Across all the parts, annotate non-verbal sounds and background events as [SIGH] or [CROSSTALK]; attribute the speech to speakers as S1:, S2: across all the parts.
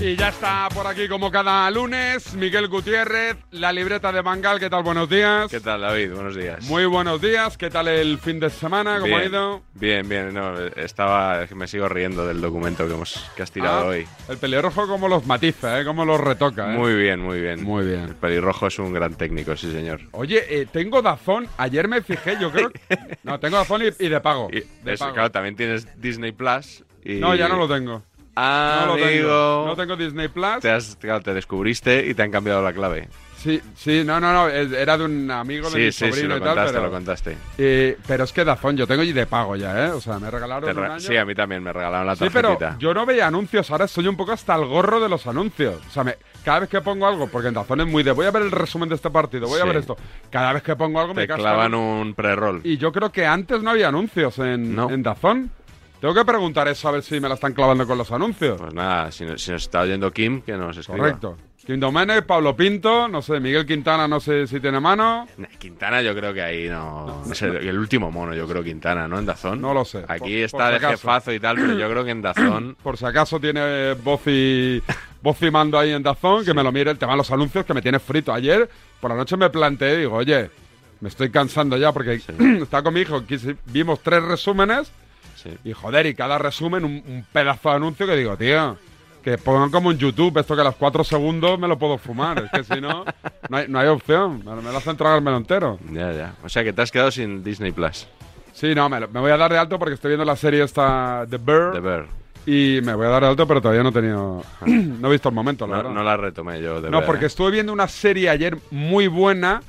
S1: Está por aquí como cada lunes Miguel Gutiérrez, la libreta de Mangal. ¿Qué tal? Buenos días.
S2: ¿Qué tal, David? Buenos días.
S1: Muy buenos días. ¿Qué tal el fin de semana? Ah, ¿Cómo ha
S2: Bien,
S1: ido?
S2: Bien, bien. No, estaba, es que me sigo riendo del documento que, hemos, que has tirado
S1: Ah,
S2: hoy.
S1: El pelirrojo como los matiza, ¿eh? Como los retoca, ¿eh?
S2: Muy bien, muy bien.
S1: Muy bien.
S2: El pelirrojo es un gran técnico, sí, señor.
S1: Oye, eh, tengo Dazón. Ayer me fijé,
S2: [LAUGHS]
S1: yo creo... No, tengo Dazón y, y de pago.
S2: Y
S1: de
S2: es-
S1: pago.
S2: claro, también tienes Disney Plus. y-
S1: No, ya no lo tengo.
S2: Ah,
S1: no lo tengo.
S2: amigo.
S1: No tengo Disney Plus.
S2: Te, has- claro, te descubriste y te han cambiado la clave.
S1: Sí, sí, no, no, no. es- Era de un amigo de
S2: Sí,
S1: mi
S2: sí, sí,
S1: sobrino
S2: lo
S1: y tal,
S2: contaste,
S1: pero...
S2: lo contaste.
S1: Eh, pero es que Dazón, yo tengo y de pago ya, ¿eh? O sea, me regalaron
S2: Te
S1: un
S2: re-
S1: año.
S2: sí, a mí también me regalaron la
S1: Sí, pero
S2: tarjetita.
S1: yo no veía anuncios, ahora soy un poco hasta el gorro de los anuncios. O sea, me- cada vez que pongo algo, porque en Dazón es muy de voy a ver el resumen de este partido, voy a
S2: Sí.
S1: ver esto. Cada vez que pongo algo me
S2: te
S1: cascan.
S2: clavan un pre-roll.
S1: Y yo creo que antes no había anuncios en,
S2: No.
S1: en Dazón. Tengo que preguntar eso a ver si me la están clavando con los anuncios.
S2: Pues nada, si nos, si nos está oyendo Kim, que nos escriba.
S1: Correcto. Kim Domene, Pablo Pinto, no sé, Miguel Quintana, no sé si tiene mano.
S2: Nah, Quintana yo creo que ahí no... no sé, el último mono yo creo Quintana, ¿no? En Dazón.
S1: No lo sé.
S2: Aquí
S1: Por-
S2: está
S1: por si
S2: de
S1: acaso.
S2: jefazo y tal, pero yo creo que en Dazón...
S1: Por si acaso tiene eh, voz y, voz y mando ahí en Dazón, que me lo mire el tema de los anuncios, que me tiene frito. Ayer por la noche me planteé, digo, oye, me estoy cansando ya porque [CLEARS THROAT] está con mi hijo, quise- vimos tres resúmenes
S2: sí.
S1: y joder, y cada resumen un, un pedazo de anuncio que digo, tío, que pongan como en YouTube esto que a los cuatro segundos me lo puedo fumar, es que si no, no hay, no hay opción, me, me lo hacen tragármelo entero.
S2: Ya, ya. O sea que te has quedado sin Disney Plus.
S1: Sí, no, me, lo- me voy a dar de alto porque estoy viendo la serie esta The Bear.
S2: De ver.
S1: Y me voy a dar de alto, pero todavía no he tenido. [CLEARS THROAT] no he visto el momento, la
S2: Ah. No,
S1: verdad.
S2: no la retomé yo, de
S1: No,
S2: ver,
S1: porque
S2: ¿eh?
S1: estuve viendo una serie ayer muy buena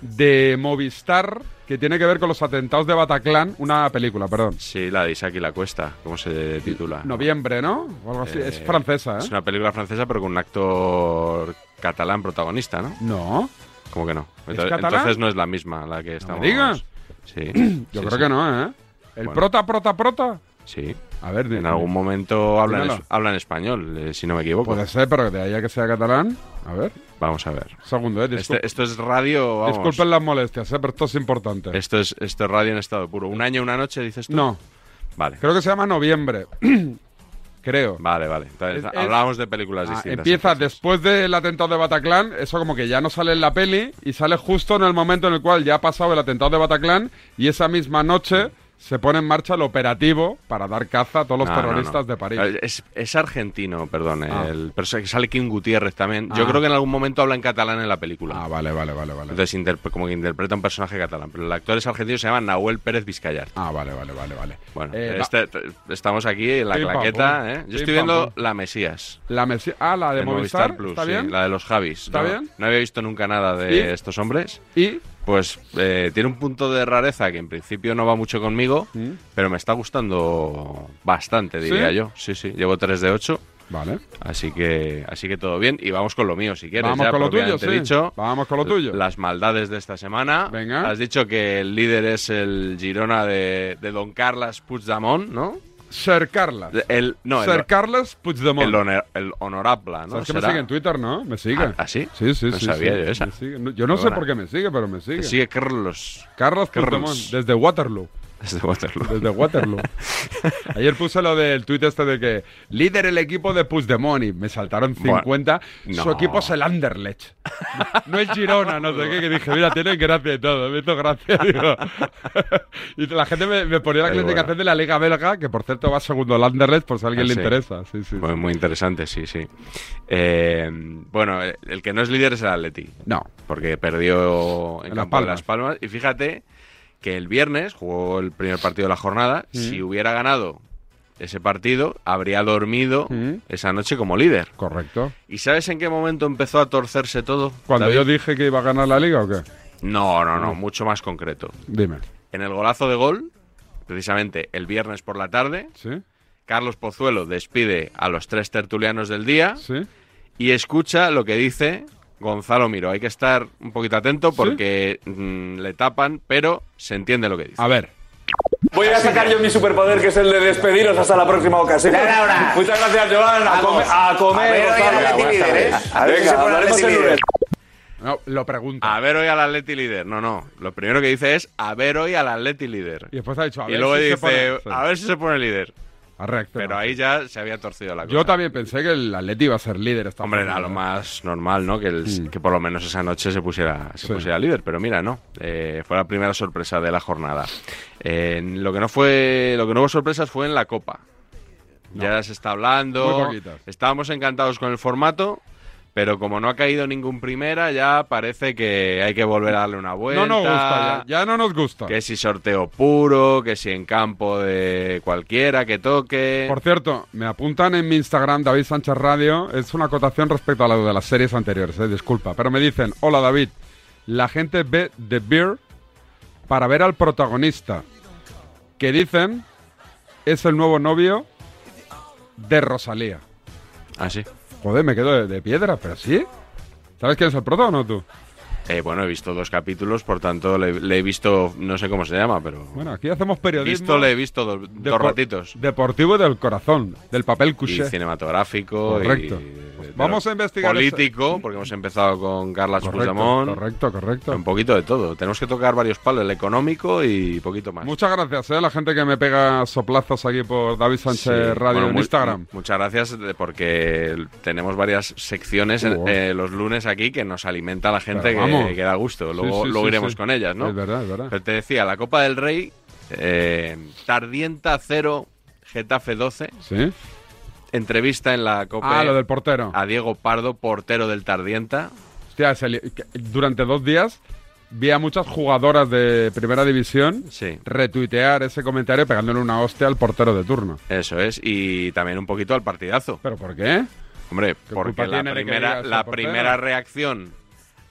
S1: de Movistar que tiene que ver con los atentados de Bataclan. Una película, perdón. ¿Eh?
S2: Sí, la de Isaac y la Cuesta, ¿cómo se titula?
S1: Noviembre, ¿no? O algo así.
S2: Eh,
S1: es francesa, ¿eh?
S2: Es una película francesa, pero con un actor catalán protagonista, ¿no?
S1: No.
S2: ¿Cómo que no?
S1: catalán?
S2: entonces no es la misma la que estamos...
S1: digas?
S2: Sí.
S1: [CLEARS THROAT] [CLEARS THROAT] Yo
S2: sí,
S1: creo
S2: sí.
S1: que no, ¿eh? El
S2: Bueno.
S1: prota, prota, prota.
S2: Sí.
S1: A ver,
S2: En
S1: dime.
S2: algún momento hablan,
S1: Dímelo.
S2: es- hablan español, eh, si no me equivoco.
S1: Puede ser, pero de ahí a que sea catalán. A ver,
S2: Vamos a ver.
S1: segundo, ¿eh? Discul-
S2: Este- esto es radio. vamos.
S1: Disculpen las molestias, ¿eh? Pero esto es importante. [CLEARS THROAT]
S2: Esto es, esto es radio en estado puro. Un año, una noche, dices tú.
S1: No,
S2: Vale,
S1: creo que se llama Noviembre. creo.
S2: vale, vale. Entonces,
S1: Es- es-
S2: hablábamos de películas
S1: Ah,
S2: distintas.
S1: empieza después del atentado de Bataclan, eso como que ya no sale en la peli y sale justo en el momento en el cual ya ha pasado el atentado de Bataclan y esa misma noche se pone en marcha el operativo para dar caza a todos los
S2: No, no, no. Eh,
S1: terroristas de París.
S2: Es, es argentino, perdón.
S1: Ah.
S2: El, pero sé que sale Kim Gutiérrez también.
S1: Ah.
S2: Yo creo que en algún momento habla en catalán en la película.
S1: Ah, vale, vale, vale, vale.
S2: Entonces, interp- como que interpreta un personaje catalán. Pero el actor es argentino, se llama Nahuel Pérez Vizcayar.
S1: Ah, vale, vale, vale, vale.
S2: Bueno,
S1: Eh,
S2: este- t- estamos aquí en la
S1: Pim, pam,
S2: claqueta.
S1: pum.
S2: ¿eh?
S1: Pim,
S2: Yo estoy
S1: pam,
S2: viendo
S1: pum.
S2: La Mesías.
S1: la mesi- ah, la de,
S2: en
S1: Movistar,
S2: Plus,
S1: ¿está
S2: sí,
S1: bien?
S2: la de los Javis.
S1: ¿Está
S2: no,
S1: bien?
S2: no había visto nunca nada de
S1: ¿Y?
S2: estos hombres.
S1: Y
S2: Pues eh, tiene un punto de rareza que en principio no va mucho conmigo,
S1: ¿Mm?
S2: pero me está gustando bastante,
S1: ¿Sí?
S2: diría yo. Sí, sí, llevo 3 de 8,
S1: vale.
S2: así que así que todo bien. Y vamos con lo mío, si quieres.
S1: Vamos
S2: ya,
S1: con lo tuyo,
S2: propiamente
S1: sí.
S2: dicho.
S1: Vamos con lo tuyo.
S2: Las maldades de esta semana.
S1: Venga.
S2: Has dicho que el líder es el Girona de, de Don Carlos Puigdemont, ¿no?
S1: Ser Carlas.
S2: El, no, el,
S1: Ser Carlas Puigdemont.
S2: el honor- el honorable, ¿no?
S1: ¿Sabes que me
S2: Será.
S1: sigue en Twitter, no? Me sigue.
S2: ¿Ah, sí?
S1: Sí, sí,
S2: No
S1: sí,
S2: sabía
S1: sí.
S2: yo esa.
S1: Me sigue. No- yo no sé
S2: Perdona.
S1: por qué me sigue, pero me sigue.
S2: Te sigue Carlos.
S1: Carlos
S2: Carlos.
S1: Puigdemont, desde Waterloo.
S2: Desde Waterloo.
S1: Desde
S2: [LAUGHS]
S1: Waterloo. Ayer puse lo del tuit este de que líder el equipo de Puigdemont y me saltaron
S2: Bueno,
S1: 50. Su
S2: no.
S1: equipo es el Anderlecht. No el Girona, no sé qué. Que dije, mira, tienen gracia y todo. Me hizo gracia. [LAUGHS] digo. Y la gente me, me ponía la
S2: Es
S1: clasificación
S2: bueno.
S1: de la Liga Belga, que por cierto va segundo el Anderlecht, por si a alguien
S2: Ah,
S1: le
S2: sí.
S1: interesa. Sí, sí.
S2: Muy, muy interesante, sí, sí. Eh, bueno, eh, el que no es líder es el Atleti,
S1: No.
S2: porque perdió en,
S1: En Las
S2: campo de
S1: Palmas.
S2: Las Palmas. Y fíjate que el viernes jugó el primer partido de la jornada.
S1: Mm.
S2: Si hubiera ganado ese partido, habría dormido
S1: Mm.
S2: esa noche como líder.
S1: Correcto.
S2: ¿Y sabes en qué momento empezó a torcerse todo?
S1: Cuando
S2: David?
S1: yo dije que iba a ganar la Liga o qué?
S2: No, no,
S1: Mm.
S2: no, mucho más concreto.
S1: Dime.
S2: En el golazo de gol, precisamente el viernes por la tarde,
S1: ¿Sí?
S2: Carlos Pozuelo despide a los tres tertulianos del día.
S1: ¿Sí?
S2: y escucha lo que dice Gonzalo Miro. Hay que estar un poquito atento porque mm, le tapan, pero se entiende lo que dice.
S1: A ver.
S3: Voy a sacar yo mi superpoder, que es el de despediros hasta la próxima ocasión.
S4: Ya era hora.
S3: Muchas gracias, Joan. A,
S4: Vamos.
S3: comer, a comer.
S4: A ver, hoy
S3: Gonzalo.
S4: Atleti
S3: Buenas
S4: líder,
S3: tardes.
S4: ¿eh? A ver si
S3: Venga,
S4: se pone
S3: hablaremos
S4: Atleti
S3: el
S4: líder.
S3: lunes.
S1: No, lo pregunto.
S2: A ver hoy al Atleti líder. No, no. Lo primero que dice es a ver hoy al Atleti líder.
S1: Y después ha dicho, a
S2: Y
S1: ver
S2: luego
S1: si se
S2: dice,
S1: pone-
S2: a ver si se pone líder.
S1: Ha reaccionado.
S2: Pero ahí ya se había torcido la cosa.
S1: Yo también pensé que el Atleti iba a ser líder esta
S2: Hombre, era
S1: jornada.
S2: lo más normal, ¿no? Que, el- que por lo menos esa noche se pusiera, se
S1: Sí.
S2: pusiera líder, pero mira, no. Eh, fue la primera sorpresa de la jornada. Eh, lo que no fue, lo que no hubo sorpresas fue en la Copa. Ya se está
S1: Muy
S2: hablando.
S1: poquitas.
S2: Estábamos encantados con el formato, pero como no ha caído ningún primera, ya parece que hay que volver a darle una vuelta.
S1: No nos gusta, ya, ya no nos gusta.
S2: Que si sorteo puro, que si en campo de cualquiera que toque.
S1: Por cierto, me apuntan en mi Instagram, David Sánchez Radio, es una acotación respecto a la de las series anteriores, eh, disculpa, pero me dicen, hola David, la gente ve The Beer para ver al protagonista, que dicen es el nuevo novio de Rosalía.
S2: Así.
S1: Joder, me quedo de, de piedra, pero sí. ¿Sabes quién es el prota o no tú?
S2: Eh, bueno, he visto dos capítulos, por tanto le, le he visto, no sé cómo se llama, pero
S1: Bueno, aquí hacemos
S2: he
S1: periodismo.
S2: visto, le he visto do- dos
S1: depo-
S2: ratitos.
S1: Deportivo del corazón, del papel
S2: Y
S1: couché.
S2: cinematográfico. y
S1: Correcto.
S2: de-
S1: Pues
S2: de-
S1: vamos
S2: de-
S1: a investigar ese-
S2: Político, porque hemos empezado con Carla
S1: Correcto,
S2: Puigdemont. Em-
S1: correcto, correcto.
S2: Un poquito de todo. Tenemos que tocar varios palos, el económico y poquito más.
S1: Muchas gracias, ¿eh? La gente que me pega soplazos aquí por David Sánchez
S2: Sí.
S1: Radio
S2: Bueno,
S1: en
S2: mu-
S1: Instagram.
S2: mu- Muchas gracias de- porque tenemos varias secciones en-
S1: Wow.
S2: eh, los lunes aquí que nos alimenta la gente
S1: Pero vamos.
S2: que, que da gusto. Luego,
S1: Sí, sí,
S2: luego
S1: sí,
S2: iremos
S1: sí.
S2: con ellas, ¿no?
S1: Es verdad, es verdad.
S2: Pero te decía, la Copa del Rey, eh, Tardienta 0, Getafe 12,
S1: ¿Sí?
S2: entrevista en la Copa
S1: Ah, lo del portero.
S2: a Diego Pardo, portero del Tardienta.
S1: Hostia, se li- que- durante dos días vi a muchas jugadoras de primera división
S2: Sí,
S1: retuitear ese comentario pegándole una hostia al portero de turno.
S2: eso es. Y también un poquito al partidazo.
S1: ¿Pero por qué?
S2: Hombre,
S1: ¿Qué culpa
S2: porque la
S1: tiene de que
S2: primera,
S1: digas
S2: la
S1: el portero?
S2: primera reacción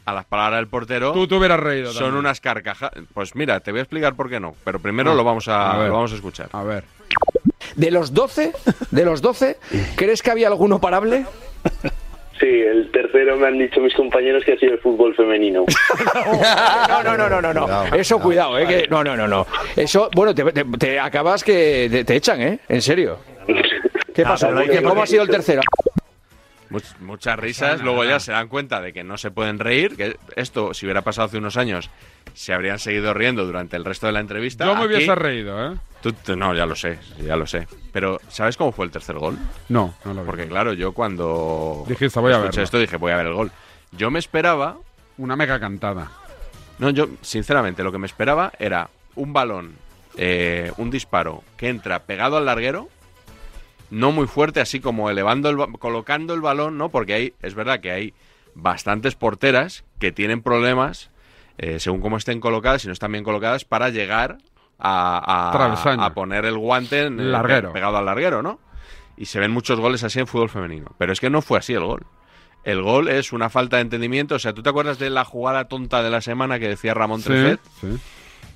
S2: a las palabras del portero
S1: Tú te hubieras reído.
S2: son
S1: también.
S2: unas carcajadas. Pues mira, te voy a explicar por qué no. Pero primero
S1: Ah,
S2: lo, vamos a,
S1: a ver.
S2: lo vamos a escuchar.
S1: A ver.
S4: De los 12, de los 12, ¿crees que había alguno parable?
S5: Sí, el tercero me han dicho mis compañeros que ha sido el fútbol
S6: [LAUGHS]
S5: femenino.
S4: No, no, no, no, no, no. Eso cuidado, eh, que no, no, no, no. Eso, bueno, te, te- te acabas que te, te echan, ¿eh? En
S5: [LAUGHS]
S4: serio. ¿Qué pasa?
S5: pero hay que-
S4: ¿Cómo ha sido el tercero?
S2: Much- muchas
S1: Pues
S2: risas, luego ya se dan cuenta de que no se pueden reír, que esto, si hubiera pasado hace unos años, se habrían seguido riendo durante el resto de la entrevista.
S1: Yo me
S2: Aquí-
S1: hubiese reído, ¿eh?
S2: Tú- tú- no, ya lo sé, ya lo sé. Pero, ¿sabes cómo fue el tercer gol?
S1: No, no lo vi.
S2: Porque, claro, yo cuando
S1: Dijiste, "Voy a
S2: escuché
S1: verlo".
S2: esto dije, voy a ver el gol. Yo me esperaba,
S1: Una mega cantada.
S2: no, yo, sinceramente, lo que me esperaba era un balón, eh, un disparo que entra pegado al larguero, no muy fuerte, así como elevando el ba- colocando el balón, ¿no? Porque hay, es verdad que hay bastantes porteras que tienen problemas, eh, según cómo estén colocadas, si no están bien colocadas, para llegar a, a-
S1: Travesaño.
S2: a poner el guante en-
S1: Larguero.
S2: pe- pegado al larguero, ¿no? Y se ven muchos goles así en fútbol femenino. Pero es que no fue así el gol. El gol es una falta de entendimiento. O sea, ¿tú te acuerdas de la jugada tonta de la semana que decía Ramón
S1: Sí,
S2: Trefet?
S1: sí.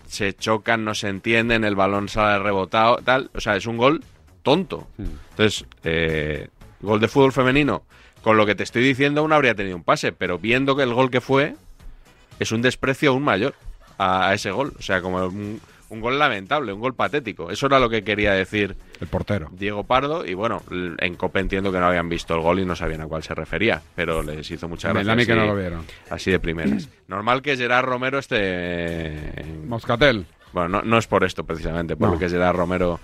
S2: se chocan, no se entienden, el balón sale rebotado, tal. O sea, es un gol tonto. Entonces, eh, gol de fútbol femenino. Con lo que te estoy diciendo, aún habría tenido un pase, pero viendo que el gol que fue es un desprecio aún mayor a, a ese gol. O sea, como un, un gol lamentable, un gol patético. Eso era lo que quería decir
S1: El portero.
S2: Diego Pardo. Y bueno, l- en Copa entiendo que no habían visto el gol y no sabían a cuál se refería, pero les hizo mucha
S1: Me
S2: gracia.
S1: da a mí que
S2: así-
S1: no lo vieron.
S2: Así de primeras. Normal que Gerard Romero esté en-
S1: Moscatel.
S2: bueno, no, no es por esto precisamente, por
S1: No.
S2: lo que Gerard Romero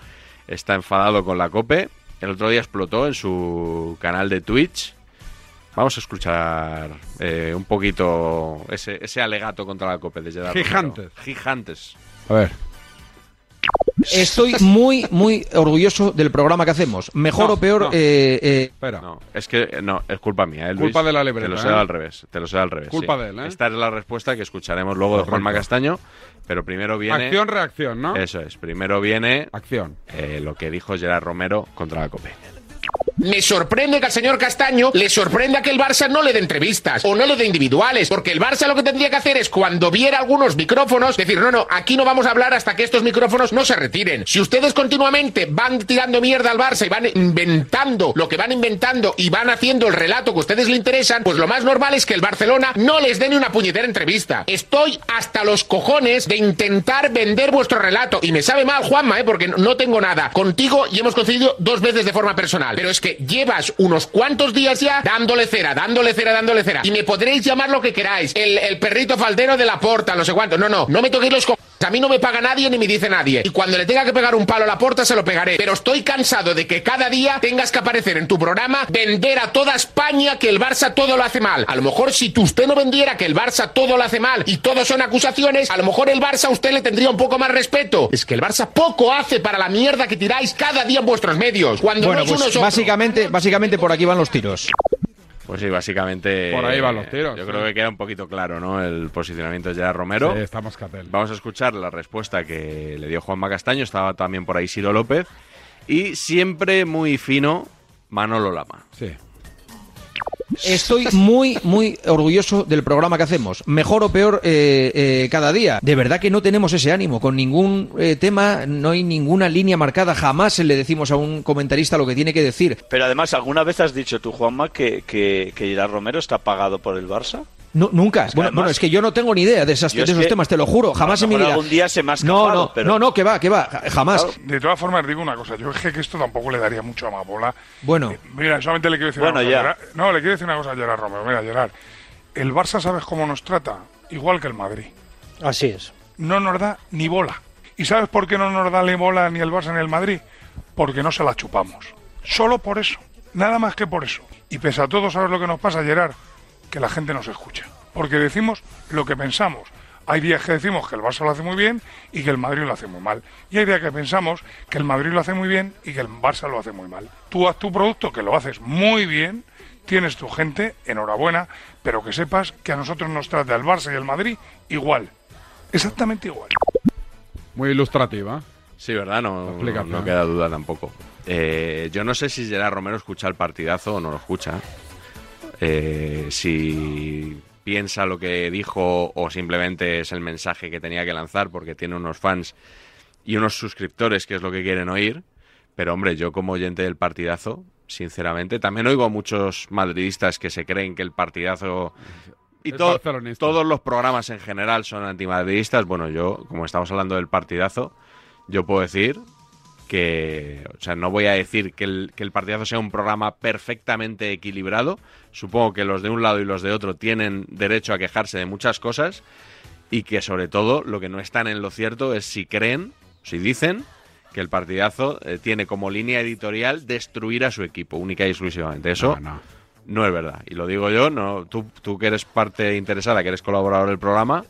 S2: está enfadado con la COPE. El otro día explotó en su canal de Twitch. Vamos a escuchar eh, un poquito ese, ese alegato contra la COPE de Gerard Romero.
S1: Gigantes.
S2: Gigantes.
S1: A ver.
S4: Estoy muy, muy orgulloso del programa que hacemos. Mejor
S1: No,
S4: o peor,
S1: no.
S4: eh, eh,
S1: Espera.
S2: No, es que eh, no, es culpa mía, ¿eh, Luis?
S1: Culpa de la libreta,
S2: Te lo sé
S1: ¿eh?
S2: al revés, te lo sé al revés.
S1: Culpa
S2: sí.
S1: de él, ¿eh?
S2: Esta es la respuesta que escucharemos luego de
S1: Correcto.
S2: Juanma Castaño, pero primero viene...
S1: Acción-reacción, ¿no?
S2: Eso es, primero viene
S1: Acción.
S2: eh, lo que dijo Gerard Romero contra la COPE.
S7: Me sorprende que al señor Castaño le sorprenda que el Barça no le dé entrevistas o no le dé individuales, porque el Barça lo que tendría que hacer es cuando viera algunos micrófonos decir, no, no, aquí no vamos a hablar hasta que estos micrófonos no se retiren. Si ustedes continuamente van tirando mierda al Barça y van inventando lo que van inventando y van haciendo el relato que a ustedes le interesan, pues lo más normal es que el Barcelona no les dé ni una puñetera entrevista. Estoy hasta los cojones de intentar vender vuestro relato y me sabe mal, Juanma, ¿eh? porque no- no tengo nada. Contigo y hemos coincidido dos veces de forma personal, pero es que llevas unos cuantos días ya dándole cera, dándole cera, dándole cera. Y me podréis llamar lo que queráis, el, el perrito faldero de la porta, no sé cuánto. No, no, no me toquéis los cojones. A mí no me paga nadie ni me dice nadie. Y cuando le tenga que pegar un palo a la puerta, se lo pegaré. Pero estoy cansado de que cada día tengas que aparecer en tu programa, vender a toda España que el Barça todo lo hace mal. A lo mejor si tú- usted no vendiera que el Barça todo lo hace mal y todo son acusaciones, a lo mejor el Barça a usted le tendría un poco más respeto. Es que el Barça poco hace para la mierda que tiráis cada día en vuestros medios. Cuando
S8: Bueno,
S7: no es uno es
S8: pues
S7: otro.
S8: básicamente, básicamente por aquí van los tiros.
S2: Pues sí, básicamente.
S1: Por ahí van
S2: eh,
S1: los tiros,
S2: Yo
S1: sí.
S2: creo que queda un poquito claro, ¿no? El posicionamiento de Gerard Romero.
S1: Sí, está Moscatel.
S2: Vamos a escuchar la respuesta que le dio Juanma Castaño. Estaba también por ahí Ciro López. Y siempre muy fino, Manolo Lama.
S1: Sí.
S8: Estoy muy, muy orgulloso del programa que hacemos. Mejor o peor eh, eh, cada día. De verdad que no tenemos ese ánimo con ningún eh, tema, no hay ninguna línea marcada. Jamás le decimos a un comentarista lo que tiene que decir.
S9: Pero además, ¿alguna vez has dicho tú, Juanma, que, que, que Gerard Romero está pagado por el Barça?
S8: No, nunca.
S9: que
S8: bueno,
S9: además-
S8: bueno, es que yo no tengo ni idea de, esas,
S9: Yo
S8: de
S9: es
S8: esos
S9: que
S8: temas, te lo juro. Jamás
S9: a lo
S8: en mi
S9: mejor
S8: vida.
S9: algún día se me ha
S8: no,
S9: escapado,
S8: no,
S9: pero-
S8: no, no, que va, que va. ja- Jamás.
S10: De todas formas, digo una cosa. Yo es que esto tampoco le daría mucho a Mabola.
S8: Bueno,
S10: Eh, Mira, solamente le quiero decir
S9: Bueno,
S10: una cosa.
S9: ya.
S10: a Gerard- No, le quiero decir una cosa a Gerard Romero. Mira, Gerard, el Barça sabes cómo nos trata, igual que el Madrid.
S11: Así es.
S10: No nos da ni bola. ¿Y sabes por qué no nos da ni bola ni el Barça ni el Madrid? Porque no se la chupamos. Solo por eso. Nada más que por eso. Y pese a todo, ¿sabes lo que nos pasa, Gerard? Que la gente nos escucha. Porque decimos lo que pensamos. Hay días que decimos que el Barça lo hace muy bien y que el Madrid lo hace muy mal. Y hay días que pensamos que el Madrid lo hace muy bien y que el Barça lo hace muy mal. Tú haz tu producto, que lo haces muy bien, tienes tu gente, enhorabuena, pero que sepas que a nosotros nos trata el Barça y el Madrid igual. Exactamente igual.
S1: Muy ilustrativa.
S2: Sí, ¿verdad? No, no,
S1: explicación.
S2: no queda duda tampoco. Eh, yo no sé si Gerard Romero escucha el partidazo o no lo escucha. Eh, si piensa lo que dijo o simplemente es el mensaje que tenía que lanzar porque tiene unos fans y unos suscriptores que es lo que quieren oír. Pero hombre, yo como oyente del partidazo, sinceramente, también oigo a muchos madridistas que se creen que el partidazo... Y
S1: Es
S2: todo-
S1: barcelonista.
S2: todos los programas en general son antimadridistas. Bueno, yo, como estamos hablando del partidazo, yo puedo decir que, o sea, no voy a decir que el, que el partidazo sea un programa perfectamente equilibrado. Supongo que los de un lado y los de otro tienen derecho a quejarse de muchas cosas y que sobre todo lo que no están en lo cierto es si creen, si dicen que el partidazo eh, tiene como línea editorial destruir a su equipo, única y exclusivamente. Eso
S1: No, no.
S2: no es verdad. Y lo digo yo, no, tú, tú que eres parte interesada, que eres colaborador del programa,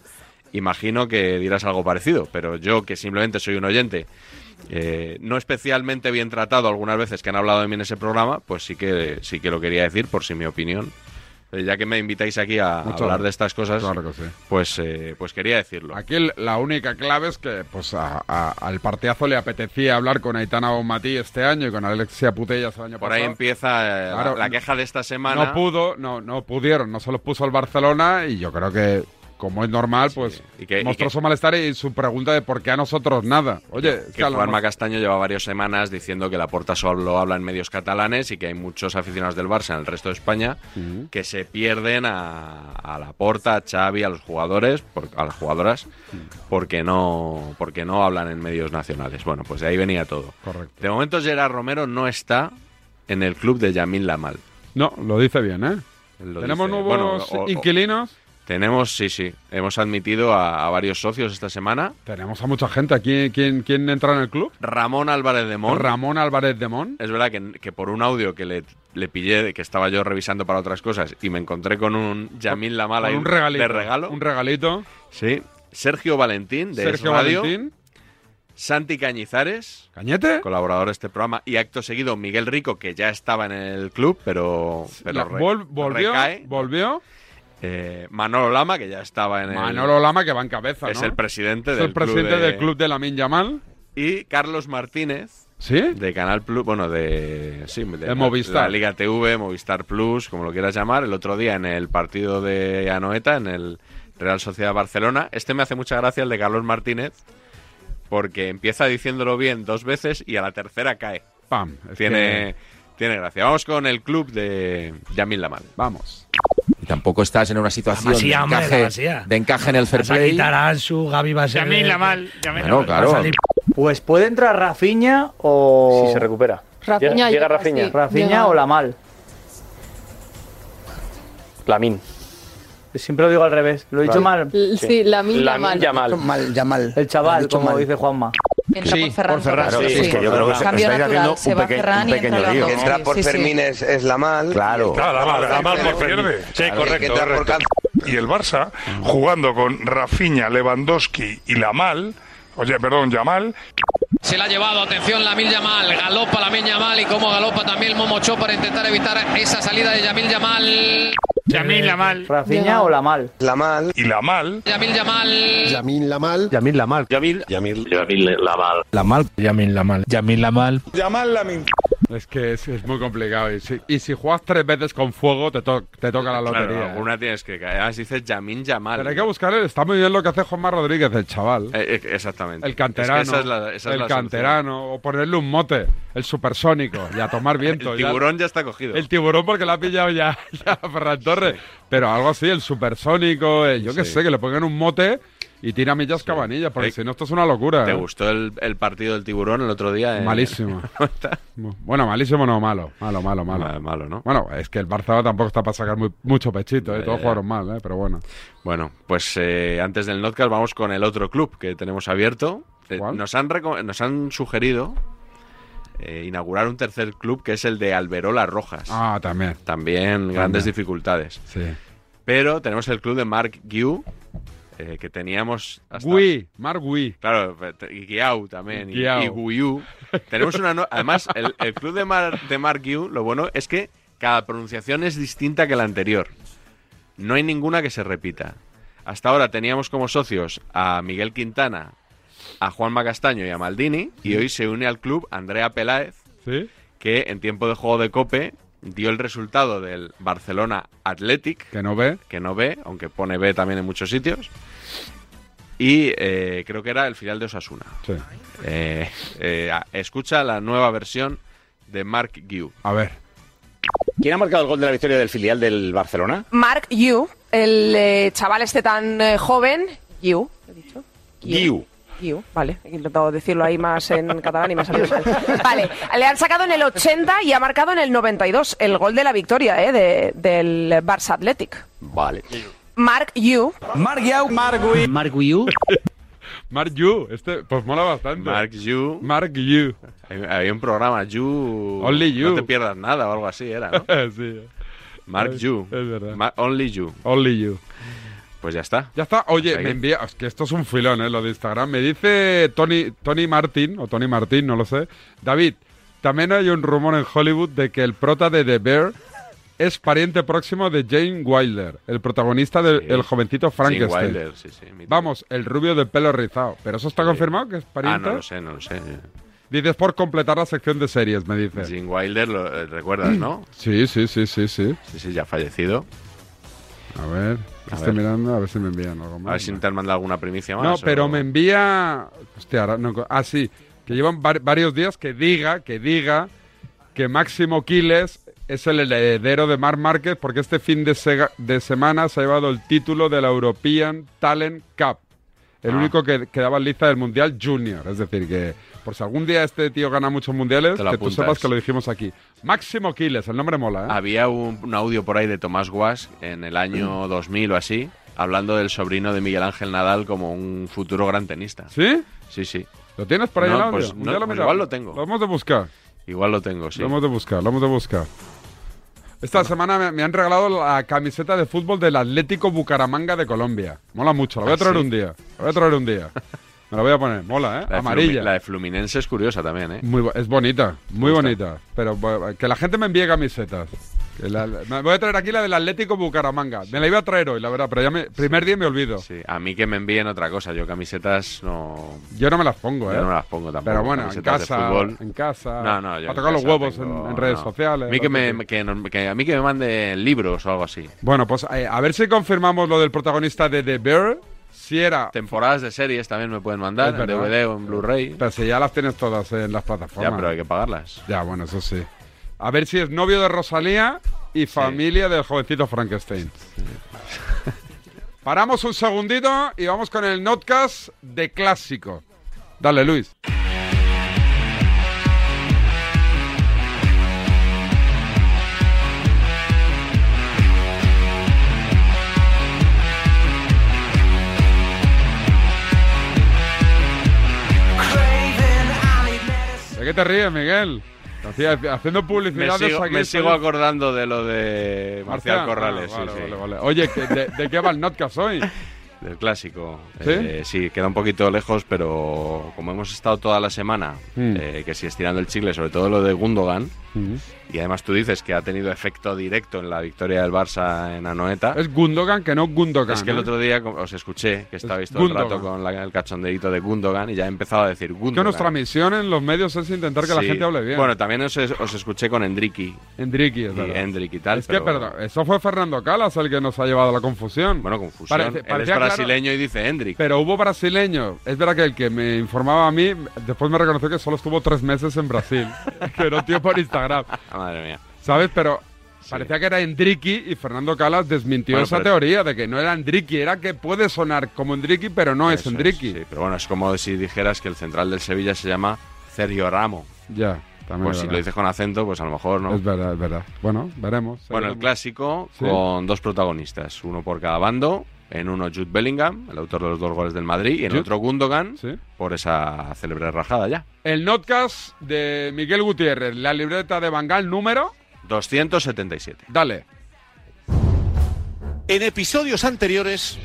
S2: imagino que dirás algo parecido. Pero yo, que simplemente soy un oyente, eh, no especialmente bien tratado algunas veces que han hablado de mí en ese programa, pues sí que, sí que lo quería decir por si mi opinión. Eh, Ya que me invitáis aquí a
S1: Muchas
S2: hablar
S1: gracias.
S2: de estas cosas,
S1: Claro que sí.
S2: pues, eh, pues quería decirlo.
S1: Aquí el- la única clave es que pues a- a- al partidazo le apetecía hablar con Aitana Bonmatí este año y con Alexia Putellas el año
S2: Por ahí
S1: pasado.
S2: empieza eh, la-
S1: Claro,
S2: la,
S1: no-
S2: queja de esta semana.
S1: no pudo, no, no pudieron, no se los puso al Barcelona y yo creo que como es normal, pues
S2: y que- y
S1: mostró
S2: que-
S1: su malestar y su pregunta de por qué a nosotros nada. Oye, es
S2: que
S1: a lo
S2: Juanma
S1: mejor-
S2: Castaño lleva varias semanas diciendo que la Porta solo habla en medios catalanes y que hay muchos aficionados del Barça en el resto de España
S12: Mm.
S2: que se pierden a, a la Porta, a Xavi, a los jugadores, por- a las jugadoras,
S1: Mm.
S2: porque no, porque no hablan en medios nacionales. Bueno, pues de ahí venía todo.
S1: Correcto.
S2: De momento Gerard Romero no está en el club de Yamil Lamal.
S1: No, lo dice bien, ¿eh?
S2: Él lo
S1: Tenemos
S2: dice.
S1: nuevos
S2: Bueno, o- o-
S1: inquilinos.
S2: Tenemos, sí, sí. Hemos admitido a- a varios socios esta semana.
S1: Tenemos a mucha gente. ¿Quién, quién, quién entra en el club?
S2: Ramón Álvarez de Mon.
S1: Ramón Álvarez de Mon.
S2: Es verdad que, que por un audio que le, le pillé, de que estaba yo revisando para otras cosas, y me encontré con un Yamil La Mala
S1: Con un regalito.
S2: de regalo.
S1: Un regalito.
S2: sí. Sergio Valentín, de Es
S1: Sergio
S2: Radio.
S1: Valentín.
S2: Santi Cañizares,
S1: ¿Cañete?
S2: colaborador de este programa. Y acto seguido, Miguel Rico, que ya estaba en el club, pero, pero
S1: La-
S2: re-
S1: vol- volvió,
S2: recae.
S1: volvió.
S2: Eh, Manolo Lama, que ya estaba en el...
S1: Manolo Lama, que va en cabeza,
S2: es
S1: ¿no?
S2: el presidente,
S1: Es
S2: del,
S1: el presidente
S2: club de-
S1: del club de Lamin Yamal.
S2: Y Carlos Martínez,
S1: ¿Sí?
S2: De Canal Plus, bueno, de. Sí, de,
S1: De
S2: la-
S1: Movistar.
S2: La Liga TV, Movistar Plus, como lo quieras llamar. El otro día en el partido de Anoeta, en el Real Sociedad Barcelona. Este me hace mucha gracia, el de Carlos Martínez, porque empieza diciéndolo bien dos veces y a la tercera cae.
S1: Pam. Es
S2: Tiene,
S1: que-
S2: tiene gracia. Vamos con el club de Yamil Lamal.
S1: vamos.
S12: Y tampoco estás en una situación
S11: Masía,
S12: de,
S11: hombre, la
S12: encaje,
S11: Masía.
S12: de encaje en el fair
S11: Vas a
S12: play.
S11: quitar a Ansu, Gaby va a ser.
S10: Yamil Lamal, Yamil
S12: Bueno,
S10: Lamal.
S12: claro.
S11: Pues puede entrar Rafiña o. Si se recupera.
S5: Llega, llega Rafinha.
S11: Rafiña o Lamal. Lamin. Siempre lo digo al revés. Lo he dicho
S13: Vale.
S11: mal.
S13: L- sí, Lamine
S11: Lamine
S13: Yamal.
S11: Yamal. El chaval, como dice Juanma.
S13: Entra por Ferran.
S14: Claro, es que yo creo que os
S13: Cambio
S14: estáis
S13: natural,
S14: haciendo un,
S13: se va
S14: peque-
S13: Ferran
S14: un
S13: y
S14: pequeño
S13: entra
S14: lío.
S13: Lewandowski.
S15: Entrar por
S13: Sí, sí.
S15: Fermín es, es la mal.
S14: Claro.
S10: Claro, la mal, la mal por pierde.
S15: Sí, correcto.
S10: Y el Barça, jugando con Rafinha, Lewandowski y Lamal, oye, perdón, Yamal,
S16: Se la ha llevado, atención, Lamil Yamal, galopa Lamil Yamal y como galopa también el Momochó para intentar evitar esa salida de Yamil Yamal.
S11: Yamil Lamal. ¿Rafiña o Lamal? Lamal.
S10: Y Lamal.
S16: Yamil Yamal.
S17: Yamil Lamal. Yamil Lamal. Yamil. Yamil. Yamil Lamal.
S4: Lamal. Yamil Lamal. Yamil Lamal.
S1: Yamal Lamin. Es que es, es muy complicado. Y si, y si juegas tres veces con fuego, te, to- te toca la lotería.
S2: Claro,
S1: ¿eh?
S2: alguna tienes que caer. Además dices Yamin Yamal.
S1: Pero hay que buscarle. Está muy bien lo que hace Juanma Rodríguez, el chaval.
S2: Eh, eh, exactamente.
S1: El canterano.
S2: Es que esa es la- esa es
S1: el
S2: la
S1: canterano. O ponerle un mote. El supersónico. Y a tomar
S2: [LAUGHS]
S1: viento.
S2: El
S1: ya.
S2: tiburón ya está cogido.
S1: El tiburón porque la ha pillado ya, [LAUGHS] ya Ferran Torres. Pero algo así, el supersónico. eh, yo qué
S2: Sí.
S1: sé, que le pongan un mote y tira millas cabanillas. Porque
S2: Eh,
S1: si no, esto es una locura.
S2: ¿Te
S1: ¿eh?
S2: gustó el, el partido del tiburón el otro día? Eh, en-
S1: Malísimo. bueno, malísimo no, malo. Malo, malo, malo.
S2: Mal- malo, ¿no?
S1: Bueno, es que el Barça tampoco está para sacar muy- mucho pechito. ¿eh?
S2: Ya, ya,
S1: Todos
S2: ya.
S1: jugaron mal, ¿eh? pero bueno.
S2: [LAUGHS] Bueno, pues eh, antes del Notcast vamos con el otro club que tenemos abierto. Eh, nos, han reco- nos han sugerido eh, inaugurar un tercer club que es el de Alberola Rojas.
S1: Ah, también.
S2: También grandes dificultades.
S1: Sí.
S2: Pero tenemos el club de Mark Guiu, eh, que teníamos hasta...
S1: Gui, Marc Gui.
S2: Claro, y Guiau también, y,
S1: Guiau.
S2: y Guiu. Tenemos una... no- Además, el, el club de, Mar, de Mark Guiu, lo bueno es que cada pronunciación es distinta que la anterior. No hay ninguna que se repita. Hasta ahora teníamos como socios a Miguel Quintana, a Juanma Castaño y a Maldini, y hoy se une al club Andrea Peláez,
S1: ¿Sí?
S2: que en tiempo de juego de Cope dio el resultado del Barcelona Athletic,
S1: Que no ve.
S2: que no ve, aunque pone B también en muchos sitios, y eh, creo que era el final de Osasuna.
S1: Sí.
S2: Eh, eh, a- escucha la nueva versión de Mark Guiu.
S1: A ver.
S18: ¿Quién ha marcado el gol de la victoria del filial del Barcelona?
S13: Mark Yu, el eh, chaval este tan eh, joven, Yu, he dicho.
S18: Guiu.
S13: Yu, vale, he intentado decirlo ahí más en catalán y me ha salido mal. Vale, le han sacado en el 80 y ha marcado en el 92 el gol de la victoria eh, de- del Barça Athletic.
S18: Vale.
S13: Mark Yu.
S1: Marc Guiu. Marc Gui. Marc Guiu. Marc Yu. Este, pues mola bastante.
S2: Mark Yu.
S1: Mark Yu.
S2: Había un programa, You.
S1: Only You.
S2: No te pierdas nada o algo así, era, ¿no?
S1: [LAUGHS] sí. Eh,
S2: Mark
S1: Es-
S2: You.
S1: es verdad.
S2: Ma- only You.
S1: Only You.
S2: Pues ya está.
S1: Ya está. Oye,
S2: Hasta
S1: me
S2: aquí.
S1: envía. Es que esto es un filón, ¿eh? Lo de Instagram. Me dice Tony, Tony Martín, o Tony Martín, no lo sé. David, también hay un rumor en Hollywood de que el prota de The Bear es pariente próximo de Jane Wilder, el protagonista del el jovencito
S2: Sí,
S1: Frankenstein.
S2: Wilder, sí, sí. mi-
S1: Vamos, el rubio de pelo rizado. ¿Pero eso está confirmado que es
S2: Ah,
S1: pariente?
S2: no lo sé, no lo sé.
S1: Dices por completar la sección de series, me dice.
S2: Jim Wilder, lo eh, recuerdas,
S1: [CLEARS THROAT]
S2: ¿no?
S1: Sí, sí, sí, sí, sí.
S2: Sí, sí, ya fallecido.
S1: A ver,
S2: A
S1: estoy
S2: ver.
S1: mirando Este a ver si me envían algo
S2: A ver
S1: más.
S2: si te han mandado alguna primicia más.
S1: No,
S2: o-
S1: pero me envía... Hostia, ahora no... co- Ah, sí, que llevan var- varios días que diga, que diga que Máximo Quiles es el heredero de Marc Márquez porque este fin de, sega- de semana se ha llevado el título de la European Talent Cup. El
S2: Ah.
S1: único que quedaba en lista del Mundial Junior. Es decir, que por si algún día este tío gana muchos mundiales,
S2: Te lo
S1: que tú
S2: apuntas.
S1: sepas que lo dijimos aquí. Máximo Quiles, el nombre mola, ¿eh?
S2: Había un, un audio por ahí de Tomás Guas en el
S1: [CLEARS THROAT]
S2: año 2000 o así, hablando del sobrino de Miguel Ángel Nadal como un futuro gran tenista.
S1: ¿Sí?
S2: Sí, sí.
S1: ¿Lo tienes por ahí
S2: No,
S1: el audio?
S2: pues
S1: Un
S2: no,
S1: día lo
S2: pues
S1: miramos.
S2: igual lo tengo.
S1: Lo hemos de buscar.
S2: Igual lo tengo, sí.
S1: Lo hemos de buscar, lo hemos de buscar. Esta semana me, me han regalado la camiseta de fútbol del Atlético Bucaramanga de Colombia. Mola mucho, la voy a
S2: Ah,
S1: traer
S2: ¿sí?
S1: un día. La voy a traer
S2: [LAUGHS]
S1: un día. Me la voy a poner, mola, ¿eh?
S2: La de Flumi-
S1: Amarilla.
S2: la de Fluminense es curiosa también, ¿eh?
S1: Muy, bo- es bonita, muy
S2: gusta?
S1: bonita. Pero bueno, que la gente me envíe camisetas. Que la- la- me voy a traer aquí la del Atlético Bucaramanga. Me la iba a traer hoy, la verdad, pero ya me, primer día me olvido.
S2: Sí, a mí que me envíen otra cosa. Yo camisetas no.
S1: Yo no me las pongo, ¿eh?
S2: Yo no me las pongo tampoco.
S1: Pero bueno, en
S2: Camisetas de
S1: casa,
S2: fútbol.
S1: en casa.
S2: No, no, yo
S1: A
S2: en
S1: tocar los
S2: casa
S1: huevos
S2: tengo-
S1: en, en redes
S2: no.
S1: sociales.
S2: A mí que,
S1: no sé
S2: me, que no- que a mí que me manden libros o algo así.
S1: Bueno, pues eh, a ver si confirmamos lo del protagonista de The Bear. Si era.
S2: Temporadas de series también me pueden mandar,
S1: Es
S2: en
S1: verdad.
S2: DVD o en Blu-ray.
S1: Pero si ya las tienes todas en las plataformas.
S2: Ya, pero hay que pagarlas.
S1: Ya, bueno, eso sí. A ver si es novio de Rosalía y familia del jovencito Frankenstein.
S2: [LAUGHS]
S1: Paramos un segundito y vamos con el notcast de clásico. Dale, Luis. qué te ríes, Miguel? Hacía- Haciendo
S2: Me
S1: publicidad de
S2: sigo,
S1: Saguet,
S2: me sigo
S1: oye.
S2: acordando de lo de Marcial
S1: Marcial.
S2: Corrales.
S1: Ah,
S2: sí,
S1: vale,
S2: sí.
S1: vale, vale. Oye, ¿que- de, de qué va el Notcast hoy?
S2: Del clásico.
S1: ¿Sí?
S2: Eh, sí, queda un poquito lejos, pero como hemos estado toda la semana,
S1: Mm.
S2: eh, que si estirando el chicle, sobre todo lo de Gundogan, y además tú dices que ha tenido efecto directo en la victoria del Barça en Anoeta.
S1: Es Gundogan que no Gundogan.
S2: Es que el
S1: ¿eh?
S2: otro día co- os escuché que estabais todo
S1: Gundogan.
S2: el rato con la- el cachondeito de Gundogan y ya he empezado a decir Gundogan.
S1: Es que nuestra misión en los medios es intentar que la
S2: Sí.
S1: gente hable bien.
S2: Bueno, también os, os escuché con Endriki.
S1: Endriki, es
S2: y
S1: verdad.
S2: Endrick y tal.
S1: es que, perdón, eso fue Fernando Calas el que nos ha llevado a la confusión.
S2: Bueno, confusión.
S1: Parece-
S2: Él es
S1: parecía claro-
S2: brasileño y dice Endrick.
S1: Pero hubo brasileños. Es verdad que el que me informaba a mí, después me reconoció que solo estuvo tres meses en Brasil. [LAUGHS] que no tío por Instagram.
S2: Ah, Madre mía.
S1: ¿Sabes? Pero parecía que era Endriki y Fernando Calas desmintió
S2: Bueno,
S1: esa
S2: pero-
S1: teoría de que no era Endriki, era que puede sonar como Endriki, pero no es
S2: Eso
S1: Endriki.
S2: Sí, pero bueno, es como si dijeras que el central del Sevilla se llama Sergio Ramo.
S1: Ya, también.
S2: Pues
S1: es
S2: si
S1: verdad.
S2: lo dices con acento, pues a lo mejor no.
S1: Es verdad, es verdad. Bueno, veremos.
S2: Bueno, el
S1: seguiremos.
S2: clásico
S1: Sí.
S2: con dos protagonistas, uno por cada bando. En uno Jude Bellingham, el autor de los dos goles del Madrid, y en
S1: Jude.
S2: otro Gundogan, por esa célebre rajada ya.
S1: El notcast de Miguel Gutiérrez, la libreta de Bangal número.
S2: 277.
S1: Dale.
S14: En episodios anteriores.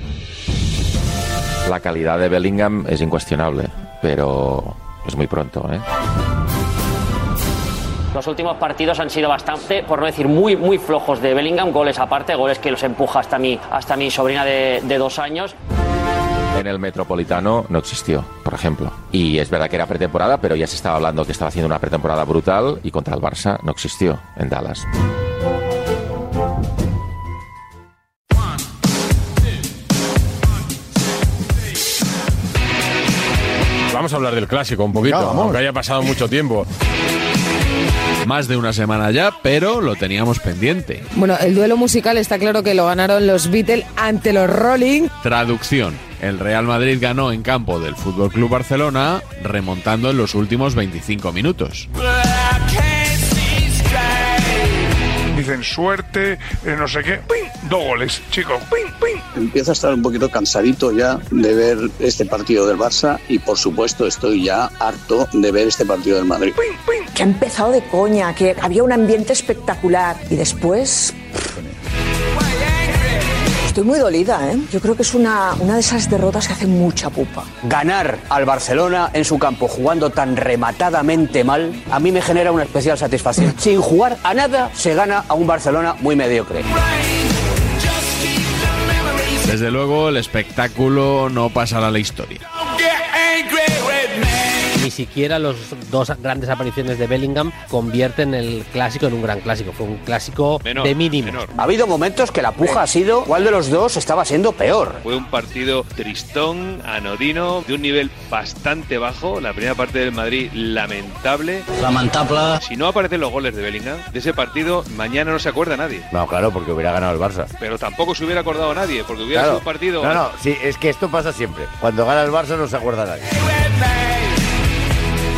S12: La calidad de Bellingham es incuestionable, pero es muy pronto, ¿eh?
S15: Los últimos partidos han sido bastante, por no decir muy, muy flojos de Bellingham, goles aparte, goles que los empuja hasta mi, hasta mi sobrina de, de dos años.
S12: En el Metropolitano no existió, por ejemplo. Y es verdad que era pretemporada, pero ya se estaba hablando que estaba haciendo una pretemporada brutal y contra el Barça no existió en Dallas.
S19: Vamos a hablar del clásico un poquito, aunque haya pasado mucho tiempo.
S2: Más de una semana ya, pero lo teníamos pendiente.
S20: Bueno, el duelo musical está claro que lo ganaron los Beatles ante los Rolling.
S19: Traducción. El Real Madrid ganó en campo del Fútbol Club Barcelona, remontando en los últimos 25 minutos.
S10: Dicen suerte, eh, no sé qué. ¡Pim! Dos goles, chicos. ¡Pim! ¡Pim!
S21: Empiezo a estar un poquito cansadito ya de ver este partido del Barça y por supuesto estoy ya harto de ver este partido del Madrid.
S22: Que ha empezado de coña, que había un ambiente espectacular y después... Estoy muy dolida, ¿eh? Yo creo que es una, una de esas derrotas que hace mucha pupa.
S23: Ganar al Barcelona en su campo jugando tan rematadamente mal, a mí me genera una especial satisfacción. Sin jugar a nada, se gana a un Barcelona muy mediocre.
S19: Desde luego, el espectáculo no pasará a la historia.
S24: Ni siquiera las dos grandes apariciones de Bellingham convierten el clásico en un gran clásico. Fue un clásico de mínimos.
S23: Ha habido momentos que la puja ha sido, ¿cuál de los dos estaba siendo peor?
S25: Fue un partido tristón, anodino, de un nivel bastante bajo. La primera parte del Madrid lamentable.
S26: Lamentable.
S25: Si no aparecen los goles de Bellingham, de ese partido mañana no se acuerda nadie.
S26: No, claro, porque hubiera ganado el Barça.
S25: Pero tampoco se hubiera acordado nadie, porque hubiera
S26: Claro.
S25: sido un partido...
S26: No, no, sí, es que esto pasa siempre. Cuando gana el Barça no se acuerda nadie.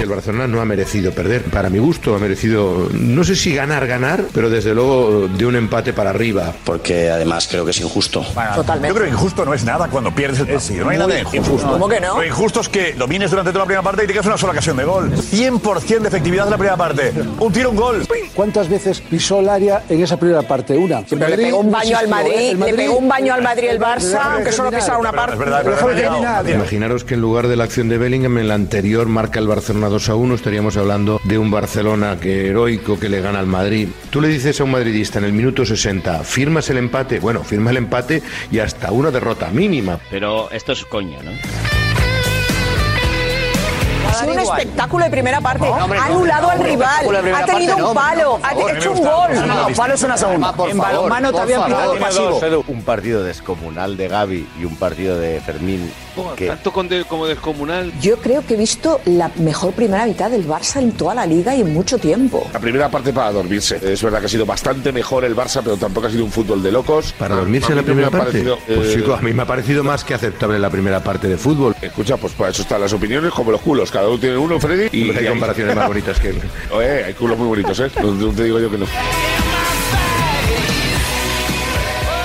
S27: El Barcelona no ha merecido perder. Para mi gusto ha merecido, no sé si ganar, ganar, pero desde luego de un empate para arriba. Porque además creo que es injusto.
S28: Totalmente. Yo creo que injusto no es nada cuando pierdes el partido. No hay
S27: muy
S28: nada de
S27: injusto.
S28: injusto.
S27: ¿Cómo que no?
S28: Lo injusto es que domines durante toda la primera parte y tengas una sola ocasión de gol. 100% de efectividad en la primera parte. Un tiro, un gol.
S29: ¿Cuántas veces pisó el área en esa primera parte? Una.
S28: Pero le pegó un baño al Madrid,
S29: El
S28: le pegó un baño al Madrid el Barça,
S29: Déjame
S28: aunque solo
S29: terminar.
S28: pisara una parte. Es verdad, es verdad,
S29: Déjame
S28: es verdad.
S29: terminar.
S27: Imaginaros que en lugar de la acción de Bellingham en la anterior marca el Barcelona 2 a 1, estaríamos hablando de un Barcelona que heroico que le gana al Madrid. Tú le dices a un madridista en el minuto 60, firmas el empate, bueno, firma el empate y hasta una derrota mínima.
S30: Pero esto es coño, ¿no?
S22: Ha sido un espectáculo de primera parte. ha anulado al rival. Ha tenido un palo. Ha te- hecho un gol.
S28: En balonmano te habían pitado pasivo.
S26: Un partido descomunal de Gaby y un partido de Fermín. Que
S25: Oh, Tanto con de- como descomunal.
S22: Yo creo que he visto la mejor primera mitad del Barça en toda la liga y en mucho tiempo.
S31: La primera parte para dormirse. Es verdad que ha sido bastante mejor el Barça, pero tampoco ha sido un fútbol de locos.
S27: Para dormirse en la
S31: A mí no me
S27: primera
S31: ha
S27: parte.
S31: parecido,
S27: Pues
S31: eh,
S27: chico, a mí me ha parecido más que aceptable la primera parte de fútbol.
S31: Escucha, pues para eso están las opiniones como los culos. Cada uno tiene uno, Freddy.
S27: Hombre, hay comparaciones más bonitas
S31: [LAUGHS]
S27: que él.
S31: Eh, hay culos muy bonitos, ¿eh? No, no te digo yo que no.